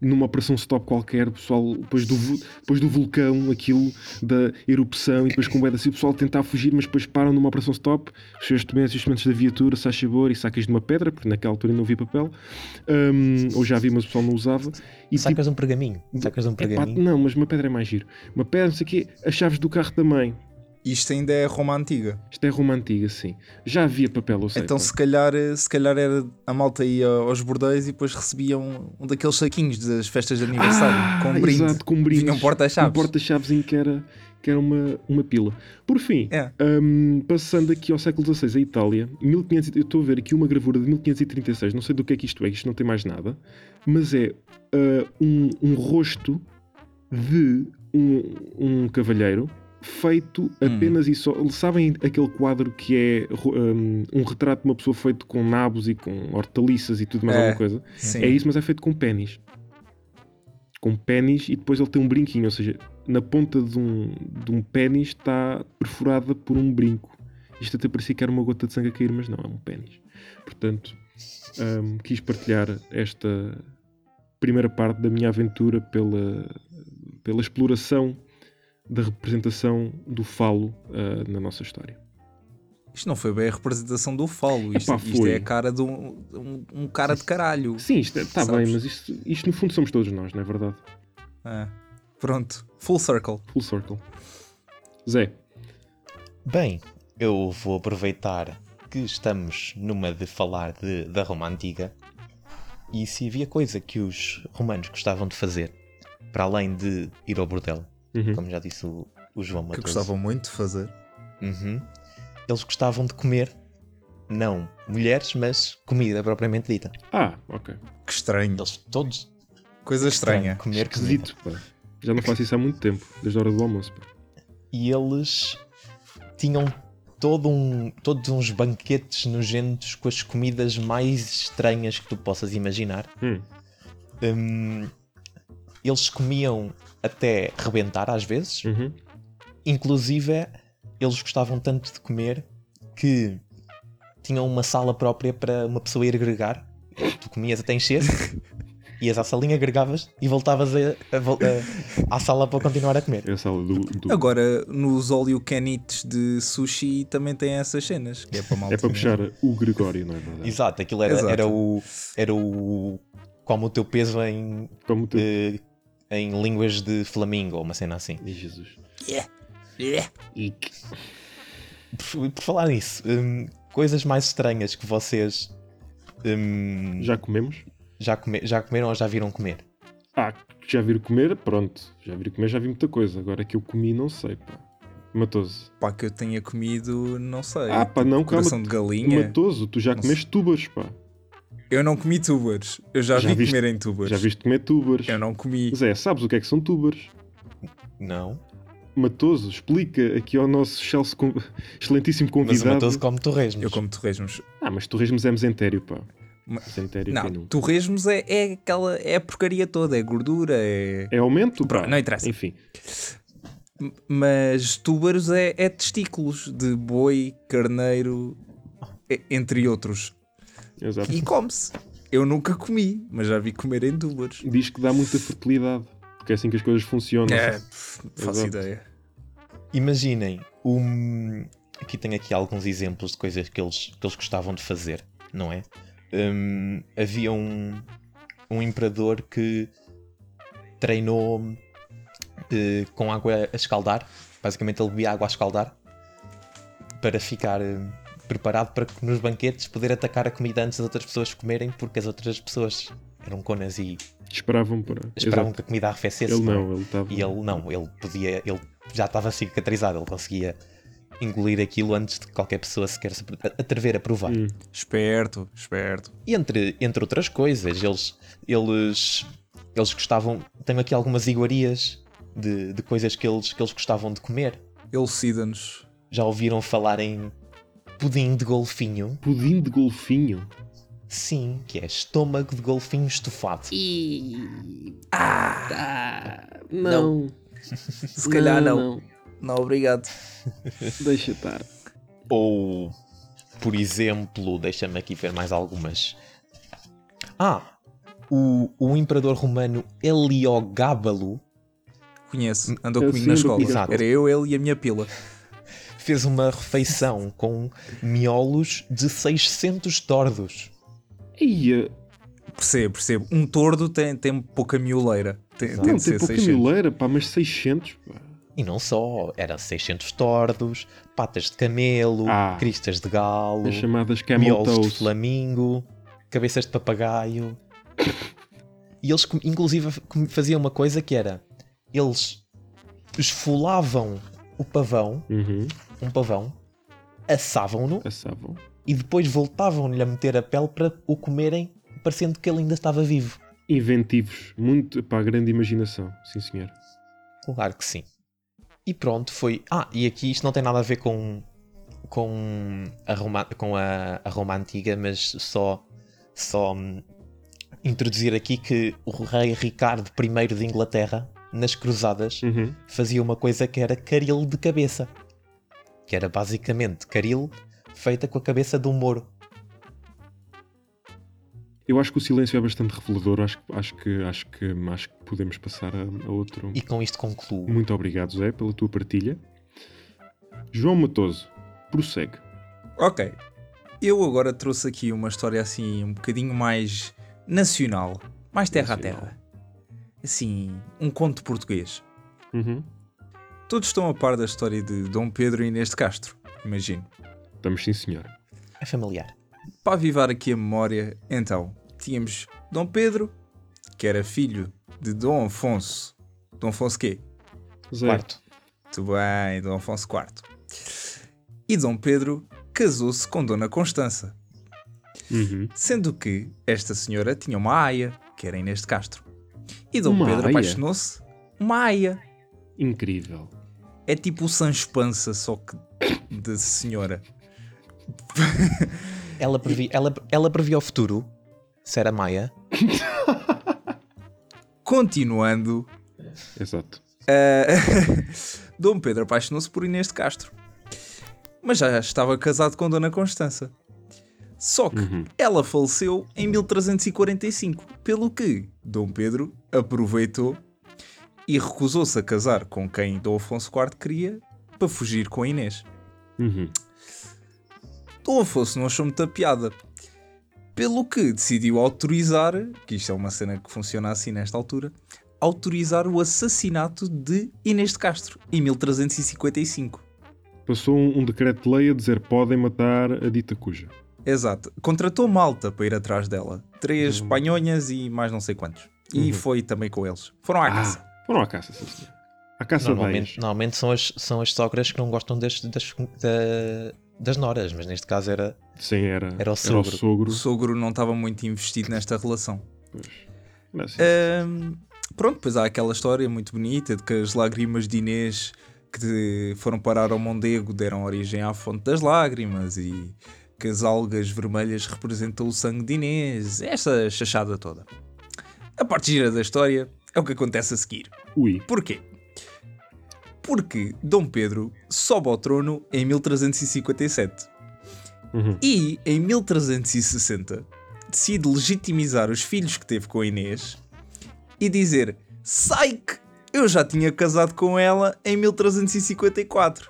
Speaker 3: numa operação stop qualquer, o pessoal, depois do, vu- depois do vulcão, aquilo da erupção, e depois com o assim, o pessoal tentar fugir, mas depois param numa operação stop, os seus instrumentos, os instrumentos da viatura, se faz favor, e sacas de uma pedra, porque naquela altura ainda não havia papel, Hum, ou já havia, mas o pessoal não usava. E tipo,
Speaker 4: Sacas um pergaminho. Sacas um
Speaker 3: Epá,
Speaker 4: pergaminho.
Speaker 3: não, mas uma pedra é mais giro. Uma pedra, não sei o quê, as chaves do carro também.
Speaker 2: Isto ainda é Roma Antiga.
Speaker 3: Isto é Roma Antiga, sim. Já havia papel, eu sei.
Speaker 2: então
Speaker 3: pá.
Speaker 2: se calhar, se calhar era a malta ia aos bordéis e depois recebiam um daqueles saquinhos das festas de aniversário
Speaker 3: Ah,
Speaker 2: com um brinde.
Speaker 3: Exato, com um brinde.
Speaker 2: Vinha um porta-chaves.
Speaker 3: Um porta-chaves em que era, que era uma, uma pila. Por fim,
Speaker 2: É.
Speaker 3: hum, passando aqui ao século XVI, a Itália, 1500, eu estou a ver aqui uma gravura de 1536, não sei do que é que isto é, isto não tem mais nada, mas é ah, um, um rosto de um, um cavalheiro feito apenas e só. Sabem aquele quadro que é ro- hum, um retrato de uma pessoa feito com nabos e com hortaliças e tudo mais
Speaker 2: É.
Speaker 3: alguma coisa?
Speaker 2: Sim.
Speaker 3: É isso, mas é feito com pênis. Com pênis e depois ele tem um brinquinho, ou seja, na ponta de um, de um pênis está perforada por um brinco. Isto até parecia que era uma gota de sangue a cair, mas não, é um pênis. Portanto, hum, quis partilhar esta primeira parte da minha aventura pela, pela exploração da representação do falo ah, na nossa história.
Speaker 2: Isto não foi bem a representação do falo. Isto,
Speaker 3: Epá,
Speaker 2: isto
Speaker 3: foi.
Speaker 2: é a cara de um, um- um cara de caralho.
Speaker 3: Sim, isto está
Speaker 2: Sabes?
Speaker 3: bem, mas isto, isto no fundo somos todos nós, não é verdade?
Speaker 2: É. Pronto, full circle.
Speaker 3: Full circle. Zé,
Speaker 4: Bem, eu vou aproveitar que estamos numa de falar de, da Roma Antiga e se havia coisa que os romanos gostavam de fazer, para além de ir ao bordel,
Speaker 3: Uhum.
Speaker 4: como já disse o, o João
Speaker 2: Que
Speaker 4: Matoso,
Speaker 2: gostavam muito de fazer.
Speaker 4: Uhum. eles gostavam de comer, não mulheres, mas comida propriamente dita.
Speaker 3: Ah, ok.
Speaker 2: Que estranho.
Speaker 4: Eles todos
Speaker 2: Coisa
Speaker 4: gostavam de
Speaker 2: estranha.
Speaker 4: comer comida.
Speaker 3: Esquisito, pá. Já não faço isso há muito tempo, desde a hora do almoço. Pá.
Speaker 4: e eles tinham todo um, todos uns banquetes nojentos com as comidas mais estranhas que tu possas imaginar.
Speaker 3: Hum.
Speaker 4: Hum, eles comiam até rebentar às vezes.
Speaker 3: Uhum.
Speaker 4: Inclusive, eles gostavam tanto de comer que tinham uma sala própria para uma pessoa ir agregar. Tu comias até encher, ias à salinha, agregavas e voltavas a- a vol- a- à sala para continuar a comer.
Speaker 3: É a sala do. do-
Speaker 2: Agora, nos óleo canites de sushi também tem essas cenas. Que é para malta.
Speaker 3: É para puxar o Gregório, não é verdade?
Speaker 4: Exato, aquilo era,
Speaker 2: Exato.
Speaker 4: era o. Era o. Como o teu peso em.
Speaker 3: Como tu.
Speaker 4: eh, em línguas de flamingo, ou uma cena assim.
Speaker 3: Ai, Jesus.
Speaker 2: Yeah.
Speaker 3: E que-
Speaker 4: Por, por falar nisso, hum, coisas mais estranhas que vocês. hum,
Speaker 3: Já comemos?
Speaker 4: já, come- já comeram ou já viram comer?
Speaker 3: Ah, já vir comer? Pronto. Já vir comer, já vi muita coisa. Agora que eu comi, não sei, pá. Matoso.
Speaker 2: Pá, que eu tenha comido, não sei.
Speaker 3: Ah, pá, não, calma.
Speaker 2: coração de galinha.
Speaker 3: Matoso, tu já
Speaker 2: Não
Speaker 3: comeste tubas, pá.
Speaker 2: Eu não comi tubers. Eu já,
Speaker 3: Já
Speaker 2: vi
Speaker 3: viste-
Speaker 2: comer em tubers.
Speaker 3: Já viste comer tubas.
Speaker 2: Eu não comi.
Speaker 3: Zé, sabes o que é que são tubas?
Speaker 4: Não.
Speaker 3: Matoso, explica aqui ao nosso Chelsea con- *laughs* excelentíssimo
Speaker 4: Mas o
Speaker 3: convidado.
Speaker 4: Matoso come torresmos.
Speaker 2: Eu como torresmos.
Speaker 3: Ah, mas torresmos é mesentério, pá.
Speaker 2: Ma-
Speaker 3: Mesentério quem
Speaker 2: Não,
Speaker 3: nunca?
Speaker 2: torresmos é, é aquela. É a porcaria toda. É gordura, é.
Speaker 3: É aumento? pá.
Speaker 2: Pronto, não interessa.
Speaker 3: Enfim.
Speaker 2: M- Mas túbaros é, é testículos de boi, carneiro, e- entre outros.
Speaker 3: Exato.
Speaker 2: E come-se. Eu nunca comi, mas já vi comerem túbaros.
Speaker 3: Diz que dá muita fertilidade, porque é assim que as coisas funcionam.
Speaker 2: É, pff, não faço
Speaker 3: Exato.
Speaker 2: ideia.
Speaker 4: Imaginem, um... aqui tenho aqui alguns exemplos de coisas que eles, que eles gostavam de fazer, não é? Hum, havia um, um imperador que treinou eh, com água a escaldar, basicamente ele bebia água a escaldar para ficar eh, preparado para que nos banquetes poder atacar a comida antes das outras pessoas comerem, porque as outras pessoas eram conas e
Speaker 3: Esperavam para.
Speaker 4: esperavam
Speaker 3: Exato.
Speaker 4: que a comida arrefecesse.
Speaker 3: Ele
Speaker 4: é?
Speaker 3: não, ele estava.
Speaker 4: E ele não, ele podia, ele já estava cicatrizado, ele conseguia engolir aquilo antes de qualquer pessoa sequer se atrever a provar.
Speaker 3: Hum.
Speaker 2: Esperto, esperto.
Speaker 4: E entre, entre outras coisas, eles, eles, eles gostavam. Tenho aqui algumas iguarias de, de coisas que eles, que eles gostavam de comer.
Speaker 2: Elucida-nos.
Speaker 4: Já ouviram falar em pudim de golfinho?
Speaker 3: Pudim de golfinho.
Speaker 4: Sim, que é estômago de golfinho estufado.
Speaker 5: E. Ah!
Speaker 3: Não,
Speaker 2: Se calhar não. Não, obrigado.
Speaker 3: Deixa estar.
Speaker 4: Ou, por exemplo, deixa-me aqui ver mais algumas. Ah, o, o imperador romano Heliogábalo
Speaker 2: Conheço, andou
Speaker 3: Eu
Speaker 2: comigo
Speaker 3: sim,
Speaker 2: na
Speaker 3: andou
Speaker 2: escola.
Speaker 3: comigo
Speaker 4: na escola.
Speaker 2: Era eu, ele e a minha pila.
Speaker 4: fez uma refeição com miolos de 600 tordos.
Speaker 3: Ia,
Speaker 2: Percebo, percebo. Um tordo tem, tem pouca mioleira. Tem, tem
Speaker 3: não
Speaker 2: de
Speaker 3: tem
Speaker 2: ser
Speaker 3: pouca
Speaker 2: 600.
Speaker 3: mileira, pá, mas 600. Pá.
Speaker 4: E não só, eram 600 tordos, patas de camelo,
Speaker 3: Ah.
Speaker 4: cristas de galo,
Speaker 3: As chamadas camel
Speaker 4: miolos de
Speaker 3: toast.
Speaker 4: flamingo, cabeças de papagaio. E eles, com- inclusive, com- faziam uma coisa que era: eles esfolavam o pavão,
Speaker 3: Uhum,
Speaker 4: um pavão, assavam-no
Speaker 3: assavam.
Speaker 4: e depois voltavam-lhe a meter a pele para o comerem, parecendo que ele ainda estava vivo.
Speaker 3: Inventivos. Muito, pá, grande imaginação. Sim, senhor.
Speaker 4: Claro que sim. E pronto, foi. Ah, e aqui isto não tem nada a ver com com a Roma, com a, a Roma antiga, mas só só hum, introduzir aqui que o rei Ricardo I de Inglaterra nas cruzadas
Speaker 3: Uhum.
Speaker 4: fazia uma coisa que era caril de cabeça, que era basicamente caril feita com a cabeça de um moro.
Speaker 3: Eu acho que o silêncio é bastante revelador. Acho, que- acho, que, acho, que, acho que podemos passar a, a outro.
Speaker 4: E com isto concluo.
Speaker 3: Muito obrigado, Zé, pela tua partilha. João Matoso, prossegue.
Speaker 2: Ok. Eu agora trouxe aqui uma história assim um bocadinho mais nacional, mais terra a terra. Assim, um conto português.
Speaker 3: Uhum.
Speaker 2: Todos estão a par da história de Dom Pedro e Inês de Castro, imagino.
Speaker 3: Estamos sim, senhor.
Speaker 4: É familiar.
Speaker 2: Para avivar aqui a memória, então, tínhamos Dom Pedro, que era filho de Dom Afonso. Dom Afonso quê?
Speaker 3: Zé,
Speaker 4: Quarto.
Speaker 2: Muito bem, Dom Afonso IV. E Dom Pedro casou-se com Dona Constança,
Speaker 3: uhum.
Speaker 2: sendo que esta senhora tinha uma aia, que era Inês de Castro. E Dom
Speaker 3: Uma
Speaker 2: Pedro
Speaker 3: aia?
Speaker 2: apaixonou-se uma aia.
Speaker 3: incrível.
Speaker 2: É tipo o Sancho Pança, só que da senhora.
Speaker 4: Ela previa, ela, ela previa o futuro, Sera Maia.
Speaker 2: Continuando,
Speaker 3: Exato.
Speaker 2: Dom Pedro apaixonou-se por Inês de Castro, mas já estava casado com Dona Constança. Só que
Speaker 3: Uhum.
Speaker 2: ela faleceu em 1345, pelo que Dom Pedro aproveitou e recusou-se a casar com quem Dom Afonso IV queria para fugir com a Inês.
Speaker 3: Uhum.
Speaker 2: Dom Afonso não achou muita piada, pelo que decidiu autorizar, que isto é uma cena que funciona assim nesta altura, autorizar o assassinato de Inês de Castro em 1355.
Speaker 3: Passou um, um decreto-lei a dizer podem matar a dita cuja.
Speaker 2: Exato. Contratou malta para ir atrás dela. Três panhonhas e mais não sei quantos. E foi também com eles. Foram à caça.
Speaker 3: Foram à caça, sim, senhor. À caça de
Speaker 4: Normalmente,
Speaker 3: aias.
Speaker 4: normalmente são, as, são as sogras que não gostam das, das, da- das noras, mas neste caso era.
Speaker 3: Sim, era,
Speaker 4: Era o
Speaker 3: Era o
Speaker 4: sogro.
Speaker 2: O
Speaker 3: sogro.
Speaker 2: sogro não estava muito investido nesta relação.
Speaker 3: Pois. Mas, sim,
Speaker 2: Ahm, pronto, depois há aquela história muito bonita de que as lágrimas de Inês que de- foram parar ao Mondego deram origem à fonte das lágrimas e que as algas vermelhas representam o sangue de Inês. Essa chachada toda. A parte gira da história é o que acontece a seguir.
Speaker 3: Ui,
Speaker 2: Porquê? Porque Dom Pedro sobe ao trono em 1357
Speaker 4: Eh,
Speaker 3: Uhum.
Speaker 2: e, em 1360, decide legitimizar os filhos que teve com a Inês e dizer: Psyche, eu já tinha casado com ela em 1354,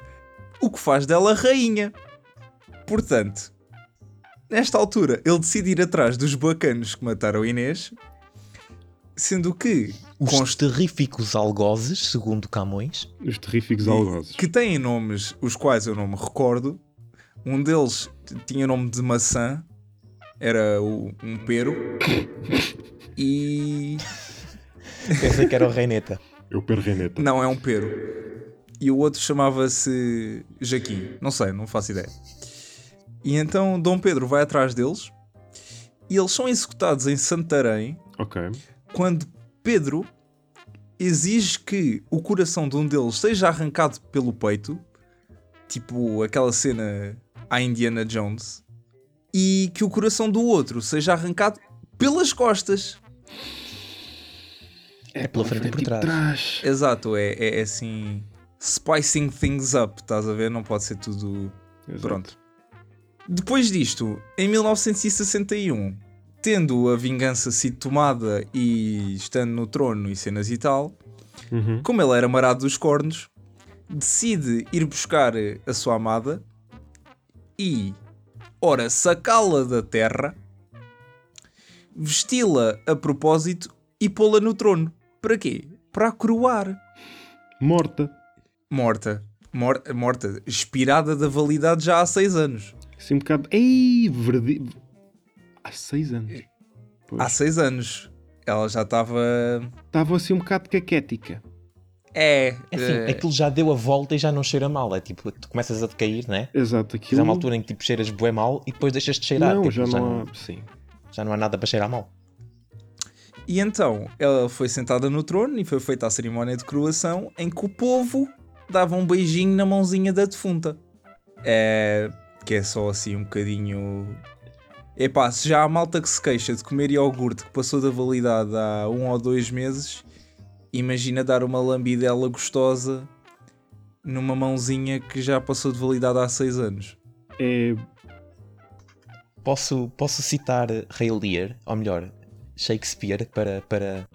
Speaker 2: o que faz dela rainha. Portanto, nesta altura, ele decide ir atrás dos bacanos que mataram a Inês, sendo que
Speaker 4: Os
Speaker 2: consta-
Speaker 4: terríficos algozes, segundo Camões.
Speaker 3: Os terríficos algozes.
Speaker 2: que têm nomes os quais eu não me recordo. Um deles t- tinha nome de maçã, era o- um pero. E.
Speaker 4: Pensei que era o Reineta.
Speaker 3: Eu perro Reneta.
Speaker 2: Não, é um pero. E o outro chamava-se Jaquim. Não sei, não faço ideia. E então Dom Pedro vai atrás deles e eles são executados em Santarém
Speaker 3: Ok.
Speaker 2: quando Pedro exige que o coração de um deles seja arrancado pelo peito, tipo aquela cena à Indiana Jones, e que o coração do outro seja arrancado pelas costas.
Speaker 3: É
Speaker 4: pela frente e por trás.
Speaker 2: Exato, é, é- é assim. Spicing things up, estás a ver? Não pode ser tudo.
Speaker 3: Exato.
Speaker 2: Pronto. Depois disto, em 1961, tendo a vingança sido tomada e estando no trono e cenas e tal,
Speaker 3: Uhum.
Speaker 2: Como ele era marado dos cornos, decide ir buscar eh, a sua amada e, ora, sacá-la da terra, vesti-la a propósito e pô-la no trono. Para quê? Para a coroar.
Speaker 3: Morta.
Speaker 2: Morta. Mor- morta. Expirada da validade já há seis anos.
Speaker 3: Assim um bocado. Ei, verde. Há seis anos.
Speaker 4: É.
Speaker 3: Pois.
Speaker 2: Há seis anos. Ela já estava.
Speaker 3: Estava assim um bocado caquética.
Speaker 2: É.
Speaker 4: É assim,
Speaker 2: eh,
Speaker 4: aquilo já deu a volta e já não cheira mal. É tipo, tu começas a decair, né?
Speaker 3: Exato, aquilo.
Speaker 4: Fiz uma altura em que tipo, cheiras bué mal e depois deixas de cheirar.
Speaker 3: Não,
Speaker 4: tipo,
Speaker 3: já não
Speaker 4: não,
Speaker 3: há. Sim.
Speaker 4: já não há nada para cheirar mal.
Speaker 2: E então ela foi sentada no trono e foi feita a cerimónia de coroação em que o povo dava um beijinho na mãozinha da defunta. É, que é só assim um bocadinho. Epá, se já há malta que se queixa de comer iogurte que passou da validade há um ou dois meses, imagina dar uma lambidela gostosa numa mãozinha que já passou de validade há seis anos.
Speaker 3: É.
Speaker 4: Posso, posso citar Ray Lear, ou melhor, Shakespeare, para. para...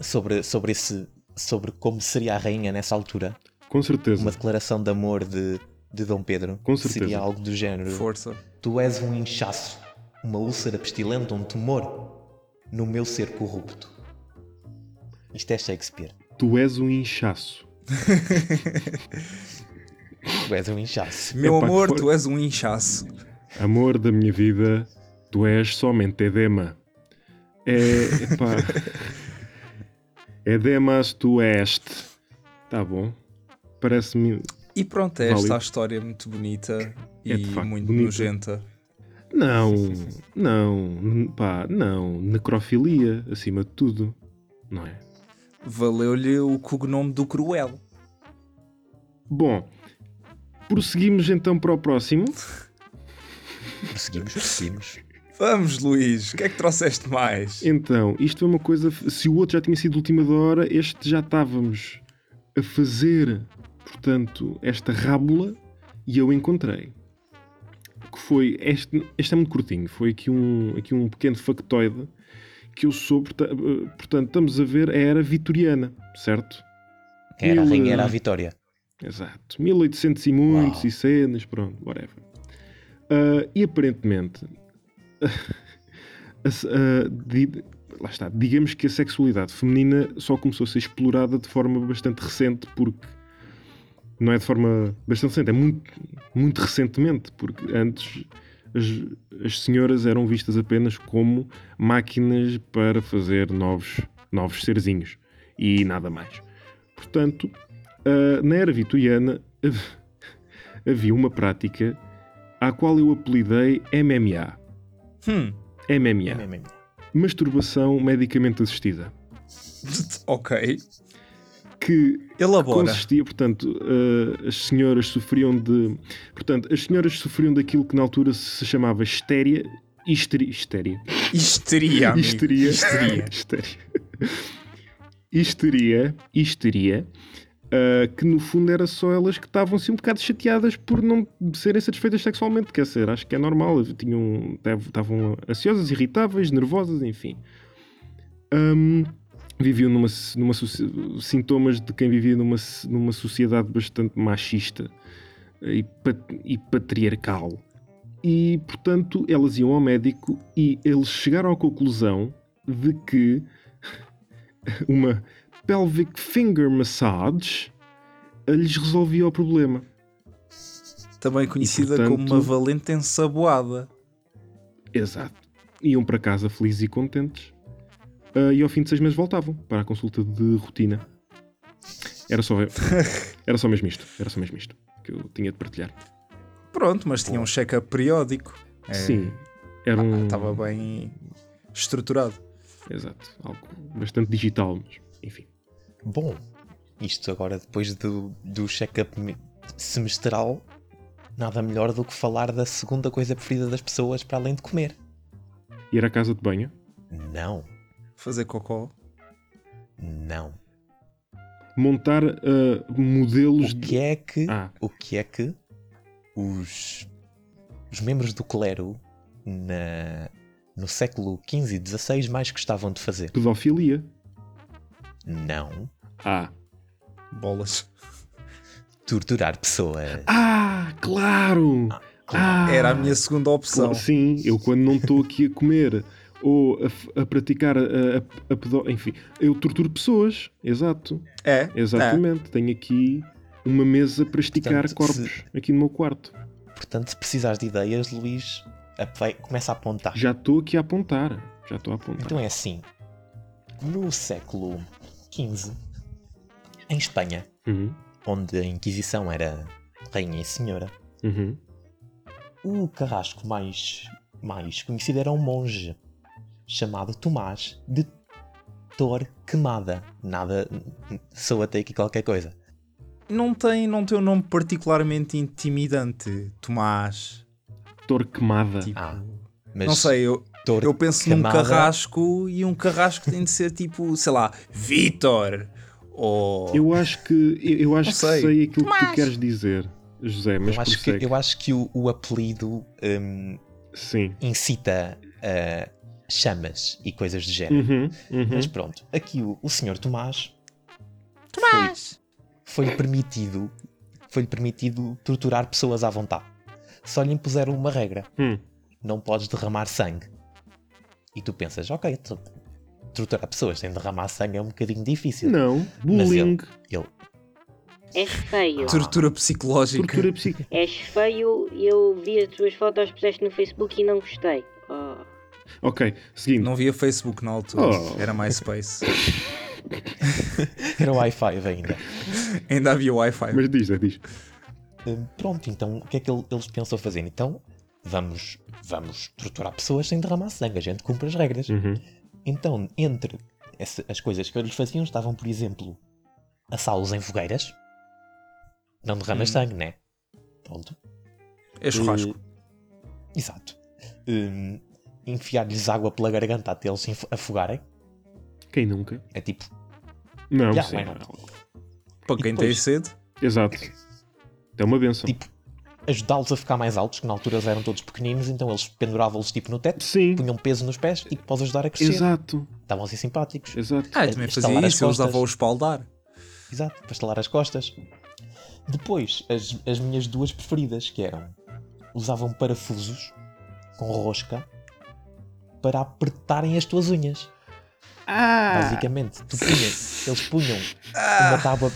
Speaker 4: Sobre, sobre, esse, sobre como seria a rainha nessa altura.
Speaker 3: Com certeza.
Speaker 4: Uma declaração de amor de, de Dom Pedro.
Speaker 3: Com certeza.
Speaker 4: Seria algo do género.
Speaker 2: Força.
Speaker 4: Tu és um inchaço, uma úlcera pestilenta, um tumor no meu ser corrupto. Isto é Shakespeare.
Speaker 3: Tu és um inchaço.
Speaker 4: Tu és um inchaço.
Speaker 2: Meu
Speaker 3: Epá, que
Speaker 2: amor,
Speaker 3: for-
Speaker 2: tu és um inchaço.
Speaker 3: Amor da minha vida, tu és somente edema. É.
Speaker 4: *laughs*
Speaker 3: Epá. Edemas tu este. Tá bom. Parece-me.
Speaker 2: E pronto, é
Speaker 3: Válido.
Speaker 2: esta a história muito bonita
Speaker 3: É, de
Speaker 2: e
Speaker 3: facto,
Speaker 2: muito
Speaker 3: bonita.
Speaker 2: nojenta.
Speaker 3: Não, não, n- pá, não. Necrofilia, acima de tudo. Não é?
Speaker 2: Valeu-lhe o cognome do Cruel.
Speaker 3: Bom, prosseguimos então para o próximo.
Speaker 4: Prosseguimos, prosseguimos.
Speaker 2: Vamos, Luís, o que é que trouxeste mais?
Speaker 3: Então, isto é uma coisa. Se o outro já tinha sido de última da hora, este já estávamos a fazer, portanto, esta rábula e eu encontrei. Que foi. Este, este é muito curtinho, foi aqui um, aqui um pequeno factoide que eu sou. porta- eh, Portanto, estamos a ver a era vitoriana, certo?
Speaker 4: Era a
Speaker 3: Mil-
Speaker 4: rainha, era a vitória.
Speaker 3: Exato. 1800 e muitos
Speaker 4: Uau.
Speaker 3: e cenas, pronto, whatever. Ah, e aparentemente, *laughs* a se- ah, di- lá está, digamos que a sexualidade feminina só começou a ser explorada de forma bastante recente, porque não é de forma bastante recente, é muito, muito recentemente, porque antes as, as senhoras eram vistas apenas como máquinas para fazer novos, novos serzinhos e nada mais. Portanto, ah, na era vitoriana havia uma prática à qual eu apelidei MMA.
Speaker 2: Hum,
Speaker 3: MMA. Masturbação medicamente assistida.
Speaker 2: ok.
Speaker 3: Que
Speaker 2: Elabora.
Speaker 3: consistia, portanto, eh, as senhoras sofriam de. Portanto, as senhoras sofriam daquilo que na altura se chamava estéria. Histeri, histeria.
Speaker 2: Histeria,
Speaker 3: *laughs*
Speaker 2: amigo.
Speaker 3: Histeria.
Speaker 2: Histeria.
Speaker 3: Histeria. Histeria. Histeria. ah, que no fundo era só elas que estavam assim um bocado chateadas por não serem satisfeitas sexualmente, quer dizer, acho que é normal, tinham, estavam ansiosas, irritáveis, nervosas, enfim. Ahm, viviam numa, numa soci- sintomas de quem vivia numa, numa sociedade bastante machista e, pat- e patriarcal. E, portanto, elas iam ao médico e eles chegaram à conclusão de que *laughs* uma pelvic finger massage eh, lhes resolvia o problema.
Speaker 2: Também conhecida
Speaker 3: portanto-
Speaker 2: como uma valente ensaboada.
Speaker 3: Exato. Iam para casa felizes e contentes. Ah, e ao fim de seis meses voltavam para a consulta de rotina. Era só,
Speaker 2: *laughs*
Speaker 3: era só mesmo isto. Era só mesmo isto que eu tinha de partilhar.
Speaker 2: Pronto, mas tinha um check-up periódico. É,
Speaker 3: Sim. Era
Speaker 2: ah,
Speaker 3: um.
Speaker 2: Estava bem estruturado.
Speaker 3: Exato. Algo bastante digital, mas enfim.
Speaker 4: Bom, isto agora depois do, do check-up me- semestral, nada melhor do que falar da segunda coisa preferida das pessoas para além de comer.
Speaker 3: Ir à casa de banho.
Speaker 4: Não,
Speaker 2: Fazer cocó.
Speaker 4: não.
Speaker 3: Montar ah, modelos
Speaker 4: O
Speaker 3: de.
Speaker 4: que é que,
Speaker 3: Ah,
Speaker 4: o que é que os, os membros do clero na, no século XV e XVI mais gostavam de fazer?
Speaker 3: pedofilia.
Speaker 4: Não,
Speaker 3: Ah.
Speaker 2: Bolas.
Speaker 4: torturar pessoas.
Speaker 3: Ah, claro! Ah,
Speaker 2: Era a minha segunda opção.
Speaker 3: Claro, sim, eu quando não estou aqui a comer ou a, f- a praticar a, a, a pedo- Enfim, eu torturo pessoas. Exato.
Speaker 2: É?
Speaker 3: Exatamente. Tenho aqui uma mesa para esticar
Speaker 4: Portanto,
Speaker 3: corpos aqui no meu quarto.
Speaker 4: Portanto, se precisares de ideias, Luís, ap- vai- começa a apontar.
Speaker 3: Já estou aqui a apontar. Já estou a apontar.
Speaker 4: Então é assim. No século XV, em Espanha,
Speaker 3: Uhum,
Speaker 4: onde a Inquisição era rainha e senhora,
Speaker 3: uhum.
Speaker 4: o Um carrasco mais, mais conhecido era um monge chamado Tomás de Tor Quemada. Nada, sou até aqui qualquer coisa.
Speaker 2: É. Não, tem, não tem um nome particularmente intimidante. Tomás.
Speaker 3: Torquemada.
Speaker 2: Tipo.
Speaker 4: Ah, Mas
Speaker 2: não sei, eu,
Speaker 4: Tor
Speaker 2: eu penso num
Speaker 4: Quemada-
Speaker 2: carrasco e um carrasco tem de ser tipo, sei lá, Vitor. Ou.
Speaker 3: Eu acho que eu, eu acho
Speaker 2: Não
Speaker 3: que
Speaker 2: sei.
Speaker 3: sei, aquilo que tu queres dizer, José, mas é
Speaker 4: Eu acho, que,
Speaker 3: prossegue.
Speaker 4: eu acho que o, o apelido hum,
Speaker 3: Sim.
Speaker 4: incita a chamas e coisas do género.
Speaker 3: Uhum, uhum.
Speaker 4: É. Mas pronto, aqui o, o senhor Tomás
Speaker 5: Tomás!
Speaker 4: foi-lhe permitido, foi permitido torturar pessoas à vontade. Só lhe impuseram uma regra:
Speaker 3: Hum.
Speaker 4: não podes derramar sangue. E tu pensas, ok, tu- torturar pessoas sem derramar sangue é um bocadinho difícil.
Speaker 3: Não,
Speaker 4: um
Speaker 3: bullying,
Speaker 4: Ele,
Speaker 5: És feio.
Speaker 2: Tortura psicológica.
Speaker 3: tortura psicológica.
Speaker 5: És feio e eu vi as tuas fotos que puseste no Facebook e não gostei. Oh.
Speaker 3: Ok, seguinte.
Speaker 2: Não via Facebook na altura.
Speaker 3: Oh.
Speaker 2: Era MySpace. *laughs*
Speaker 4: era o i5 ainda.
Speaker 2: Ainda havia
Speaker 4: é.
Speaker 2: Wi-Fi.
Speaker 3: Mas diz, Zé, diz.
Speaker 4: Hum, Pronto, então o que é que ele- eles pensam fazer? Então vamos, vamos torturar pessoas sem derramar sangue, a gente cumpre as regras.
Speaker 3: Uhum.
Speaker 4: Então, entre essa- as coisas que eles faziam estavam, por exemplo, assá-los em fogueiras. Não derramas
Speaker 2: Hum.
Speaker 4: sangue, né? Pronto.
Speaker 2: É churrasco.
Speaker 4: Eh, exato. Hum, Enfiar-lhes água pela garganta até eles se enfo- afogarem.
Speaker 3: Quem nunca?
Speaker 4: É tipo,
Speaker 3: Não,
Speaker 4: Já,
Speaker 3: sim.
Speaker 4: why not?
Speaker 2: Para quem tem
Speaker 4: E depois?
Speaker 2: sede.
Speaker 3: Exato. É uma benção.
Speaker 4: Tipo- ajudá-los a ficar mais altos, que na altura eles eram todos pequeninos, então eles penduravam-los tipo no teto,
Speaker 3: Sim,
Speaker 4: punham peso nos pés, tipo, para os ajudar a crescer.
Speaker 3: exato,
Speaker 4: Estavam assim simpáticos.
Speaker 3: exato.
Speaker 2: Ah, eu também
Speaker 4: Estalar
Speaker 2: fazia
Speaker 4: as
Speaker 2: isso. Eu
Speaker 4: costas.
Speaker 2: usava o espaldar.
Speaker 4: Exato, para estalar as costas. Depois, as, as minhas duas preferidas, que eram... Usavam parafusos com rosca para apertarem as tuas unhas. Basicamente, tu punhas, eles punham uma tábua,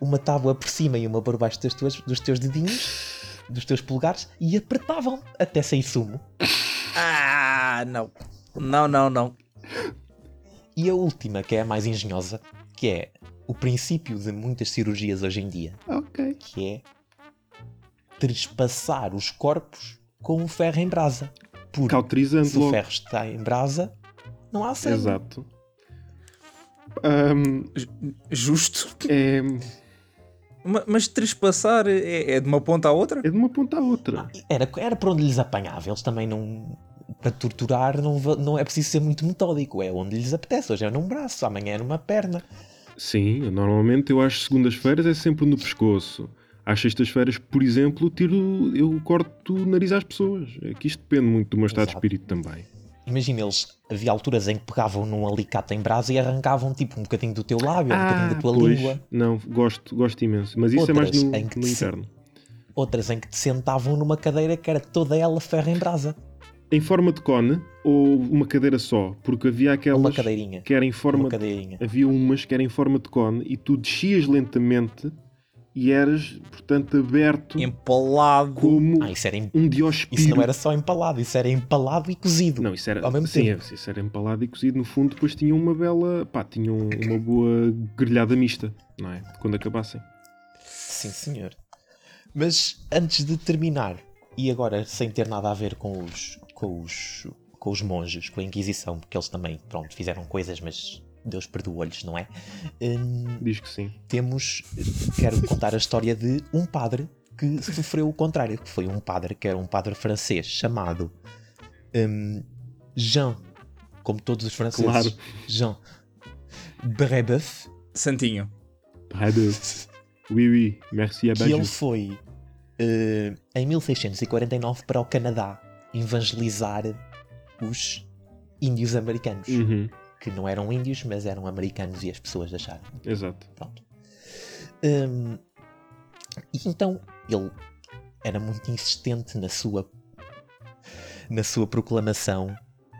Speaker 4: uma tábua por cima e uma por baixo das tuas, dos teus dedinhos, dos teus polegares, e apertavam até sair sumo.
Speaker 2: Ah, não. Não, não, não.
Speaker 4: E a última, que é a mais engenhosa, que é o princípio de muitas cirurgias hoje em dia,
Speaker 3: Ok.
Speaker 4: que é trespassar os corpos com o ferro em brasa. Porque se
Speaker 3: Cauterizando
Speaker 4: o
Speaker 3: logo.
Speaker 4: ferro está em brasa, não há sangue.
Speaker 3: Exato. Ahm,
Speaker 2: Justo.
Speaker 3: é,
Speaker 2: *laughs* Ma- Mas trespassar é, é de uma ponta à outra?
Speaker 3: é de uma ponta à outra.
Speaker 4: Era, era para onde lhes apanhava. Eles também não. Para torturar, não, va- não é preciso ser muito metódico. É onde lhes apetece. Hoje é num braço, amanhã é numa perna.
Speaker 3: Sim, normalmente eu às segundas-feiras é sempre no pescoço. Às sextas-feiras, por exemplo, tiro, eu corto o nariz às pessoas. É que isto depende muito do meu estado
Speaker 4: Exato.
Speaker 3: de espírito também.
Speaker 4: Imagina, eles havia alturas em que pegavam num alicate em brasa e arrancavam tipo um bocadinho do teu lábio, um bocadinho da tua
Speaker 3: Ah, pois.
Speaker 4: língua,
Speaker 3: Não, gosto, gosto imenso. Mas isso é mais
Speaker 4: Outras
Speaker 3: no,
Speaker 4: em que
Speaker 3: no
Speaker 4: se-
Speaker 3: inverno.
Speaker 4: outras em que te sentavam numa cadeira que era toda ela ferro em brasa.
Speaker 3: Em forma de cone ou uma cadeira só? Porque havia aquelas
Speaker 4: Uma cadeirinha.
Speaker 3: que era em forma
Speaker 4: Uma cadeirinha.
Speaker 3: havia umas que era em forma de cone e tu descias lentamente e eras, portanto, aberto
Speaker 2: Empalado.
Speaker 3: como
Speaker 4: Ah, isso era em-
Speaker 3: um diospiro.
Speaker 4: Isso não era só empalado, isso era empalado e cozido.
Speaker 3: Não, isso era,
Speaker 4: Ao mesmo
Speaker 3: sim,
Speaker 4: tempo.
Speaker 3: é, isso era empalado e cozido. No fundo, depois tinha uma bela, pá, tinha um- uma boa grelhada mista, não é? Quando acabassem.
Speaker 4: Sim, senhor. Mas antes de terminar, e agora sem ter nada a ver com os, com os, com os monges, com a Inquisição, porque eles também, pronto, fizeram coisas, mas Deus perdoa-lhes, não é? Hum,
Speaker 3: Diz que sim.
Speaker 4: temos, quero contar a história de um padre que sofreu o contrário, que foi um padre que era um padre francês chamado hum, Jean, como todos os franceses,
Speaker 3: Claro.
Speaker 4: Jean Brebeuf,
Speaker 2: Santinho.
Speaker 4: *laughs*
Speaker 3: Rádio. Oui, oui, merci à
Speaker 4: que
Speaker 3: Baju.
Speaker 4: ele foi eh, em 1649 para o Canadá evangelizar os índios americanos,
Speaker 3: Uhum,
Speaker 4: que não eram índios, mas eram americanos e as pessoas acharam.
Speaker 3: exato.
Speaker 4: Pronto. Hum, e então ele era muito insistente na sua na sua proclamação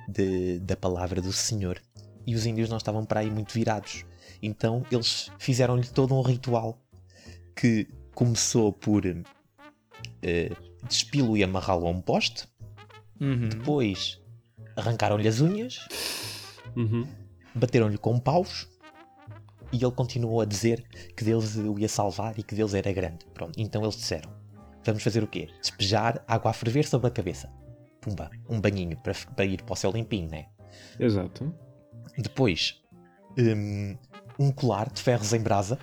Speaker 4: de- da palavra do Senhor. E os índios não estavam para aí muito virados. Então eles fizeram-lhe todo um ritual que começou por eh, despilo e amarrá-lo a um poste,
Speaker 2: Uhum.
Speaker 4: depois arrancaram-lhe as unhas,
Speaker 3: Uhum.
Speaker 4: bateram-lhe com paus e ele continuou a dizer que Deus o ia salvar e que Deus era grande. Pronto, então eles disseram: Vamos fazer o quê? Despejar água a ferver sobre a cabeça. Pumba, um banhinho para, para ir para o céu limpinho, né?
Speaker 3: Exato.
Speaker 4: Depois, hum, um colar de ferros em brasa.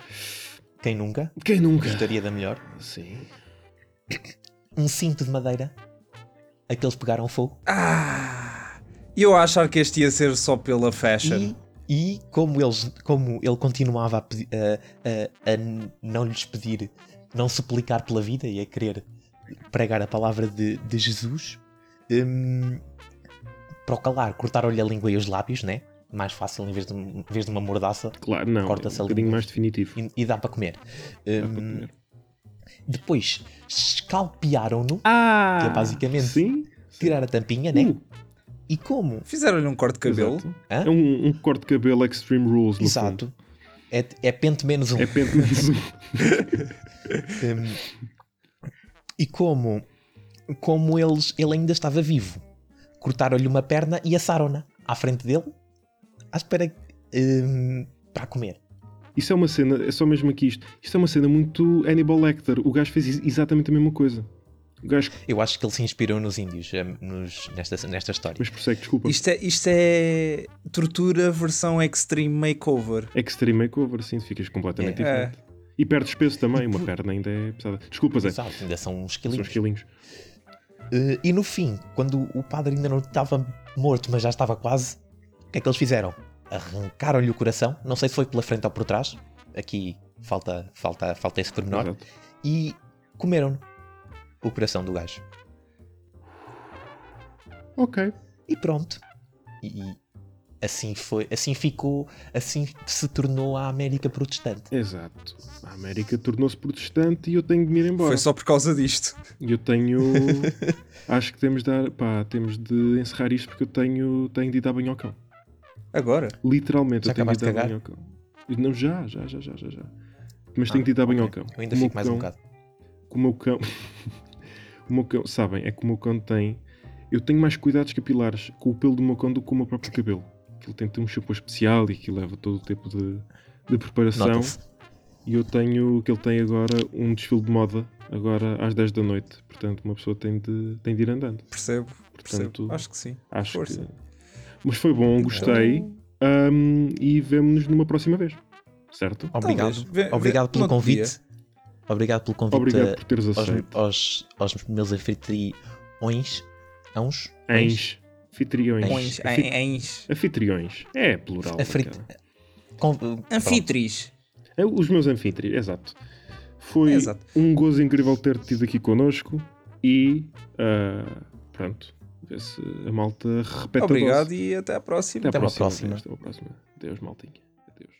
Speaker 4: Quem nunca?
Speaker 3: Quem nunca?
Speaker 4: Gostaria da melhor.
Speaker 3: Sim.
Speaker 4: Um cinto de madeira. Aqueles pegaram fogo.
Speaker 2: Ah! Eu a achar que este ia ser só pela fashion.
Speaker 4: E, e como, eles, como ele continuava a, pedi- a- a- a n- não lhes pedir, não suplicar pela vida e a querer pregar a palavra de, de Jesus, hum, para o calar, cortaram-lhe a língua e os lábios, né? Mais fácil em vez de, em vez de uma mordaça
Speaker 3: Claro, não. É um
Speaker 4: Corta-se a
Speaker 3: bocadinho
Speaker 4: língua.
Speaker 3: mais definitivo.
Speaker 4: e, e dá para comer.
Speaker 3: Dá para
Speaker 4: Hum,
Speaker 3: comer.
Speaker 4: Depois escalpearam-no,
Speaker 3: Ah!
Speaker 4: que é basicamente
Speaker 3: Sim.
Speaker 4: tirar a tampinha, né?
Speaker 3: Uh,
Speaker 4: E como
Speaker 2: Fizeram-lhe um corte de cabelo.
Speaker 3: exato.
Speaker 4: Hã?
Speaker 3: É um, um corte de cabelo Extreme Rules, no fundo.
Speaker 4: Exato. É, é pente menos um.
Speaker 3: É pente menos um. *laughs*
Speaker 4: Um, e como, como eles, ele ainda estava vivo, cortaram-lhe uma perna e assaram-na à frente dele, à espera um, para comer.
Speaker 3: Isso é uma cena, é só mesmo aqui isto. Isto é uma cena muito Hannibal Lecter. O gajo fez ex- exatamente a mesma coisa. O gajo.
Speaker 4: Eu acho que ele se inspirou nos índios eh, nos- nesta, nesta história.
Speaker 3: Mas prossegue, desculpa.
Speaker 2: Isto é, isto é tortura versão extreme makeover.
Speaker 3: Extreme makeover, sim, ficas completamente
Speaker 2: É.
Speaker 3: diferente. E perdes peso também,
Speaker 4: *laughs*
Speaker 3: uma perna ainda é pesada. Desculpa, Zé.
Speaker 4: Exato, ainda são uns
Speaker 3: São
Speaker 4: quilinhos.
Speaker 3: uns quilinhos.
Speaker 4: Eh, e no fim, quando o padre ainda não estava morto, mas já estava quase, o que é que eles fizeram? Arrancaram-lhe o coração, não sei se foi pela frente ou por trás, aqui falta, falta, falta esse pormenor.
Speaker 3: Exato.
Speaker 4: e comeram o coração do gajo.
Speaker 3: Ok.
Speaker 4: E pronto. E, e assim foi, assim ficou, assim se tornou a América protestante.
Speaker 3: Exato. A América tornou-se protestante e eu tenho de me ir embora.
Speaker 2: Foi só por causa disto.
Speaker 3: E eu
Speaker 4: *laughs*
Speaker 3: tenho. Acho que temos de dar. Pá, temos de encerrar isto porque eu tenho, tenho de ir dar banho ao cão.
Speaker 2: Agora.
Speaker 3: Literalmente,
Speaker 4: Já
Speaker 3: eu tenho de
Speaker 4: acabaste
Speaker 3: ir
Speaker 4: de
Speaker 3: dar banho
Speaker 4: cagar?
Speaker 3: ao cão. Não, já, já, já, já, já. já. Mas tenho de ir dar banho ao cão.
Speaker 4: Ah, Eu ainda
Speaker 3: O meu
Speaker 4: fico mais um
Speaker 3: cão-
Speaker 4: bocado.
Speaker 3: que o meu cão. *laughs* o meu cão, sabem, é que o meu cão tem. Eu tenho mais cuidados capilares com o pelo do meu cão do que com o meu próprio cabelo. Que ele tem de ter um shampoo especial e que leva todo o tempo de, de preparação.
Speaker 4: Nota-se.
Speaker 3: E eu tenho que ele tem agora um desfile de moda, agora às 10 da noite. Portanto, uma pessoa tem de, tem de ir andando.
Speaker 2: Percebo. Percebo.
Speaker 3: Portanto,
Speaker 2: Acho que sim.
Speaker 3: Acho
Speaker 2: Força. Então-
Speaker 3: que. Mas foi bom, gostei. Ahm, e vemo-nos numa próxima vez. Certo?
Speaker 4: Obrigado.
Speaker 2: Talvez. Vê- vê-
Speaker 4: Obrigado pelo
Speaker 2: no outro
Speaker 4: convite. Obrigado pelo convite
Speaker 3: Obrigado
Speaker 4: a-
Speaker 3: por teres aceito.
Speaker 4: aos, aos, aos meus anfitriões. Uns?
Speaker 3: Ens. Anfitriões.
Speaker 2: Pões-
Speaker 3: Anfi-
Speaker 2: em- em-
Speaker 3: Anfitriões. É plural.
Speaker 4: Afrit-
Speaker 3: cara.
Speaker 4: Con- pronto.
Speaker 2: Anfitris.
Speaker 3: É, Os meus anfitriões, exato. Foi
Speaker 2: Exato.
Speaker 3: um gozo incrível ter-te tido aqui connosco e ah, pronto. Vê se a malta repete a dose.
Speaker 2: Obrigado e até à
Speaker 3: Até,
Speaker 2: próxima.
Speaker 3: à
Speaker 4: Até uma
Speaker 3: próxima.
Speaker 4: próxima.
Speaker 3: Até uma próxima. Adeus, maltinha. Adeus.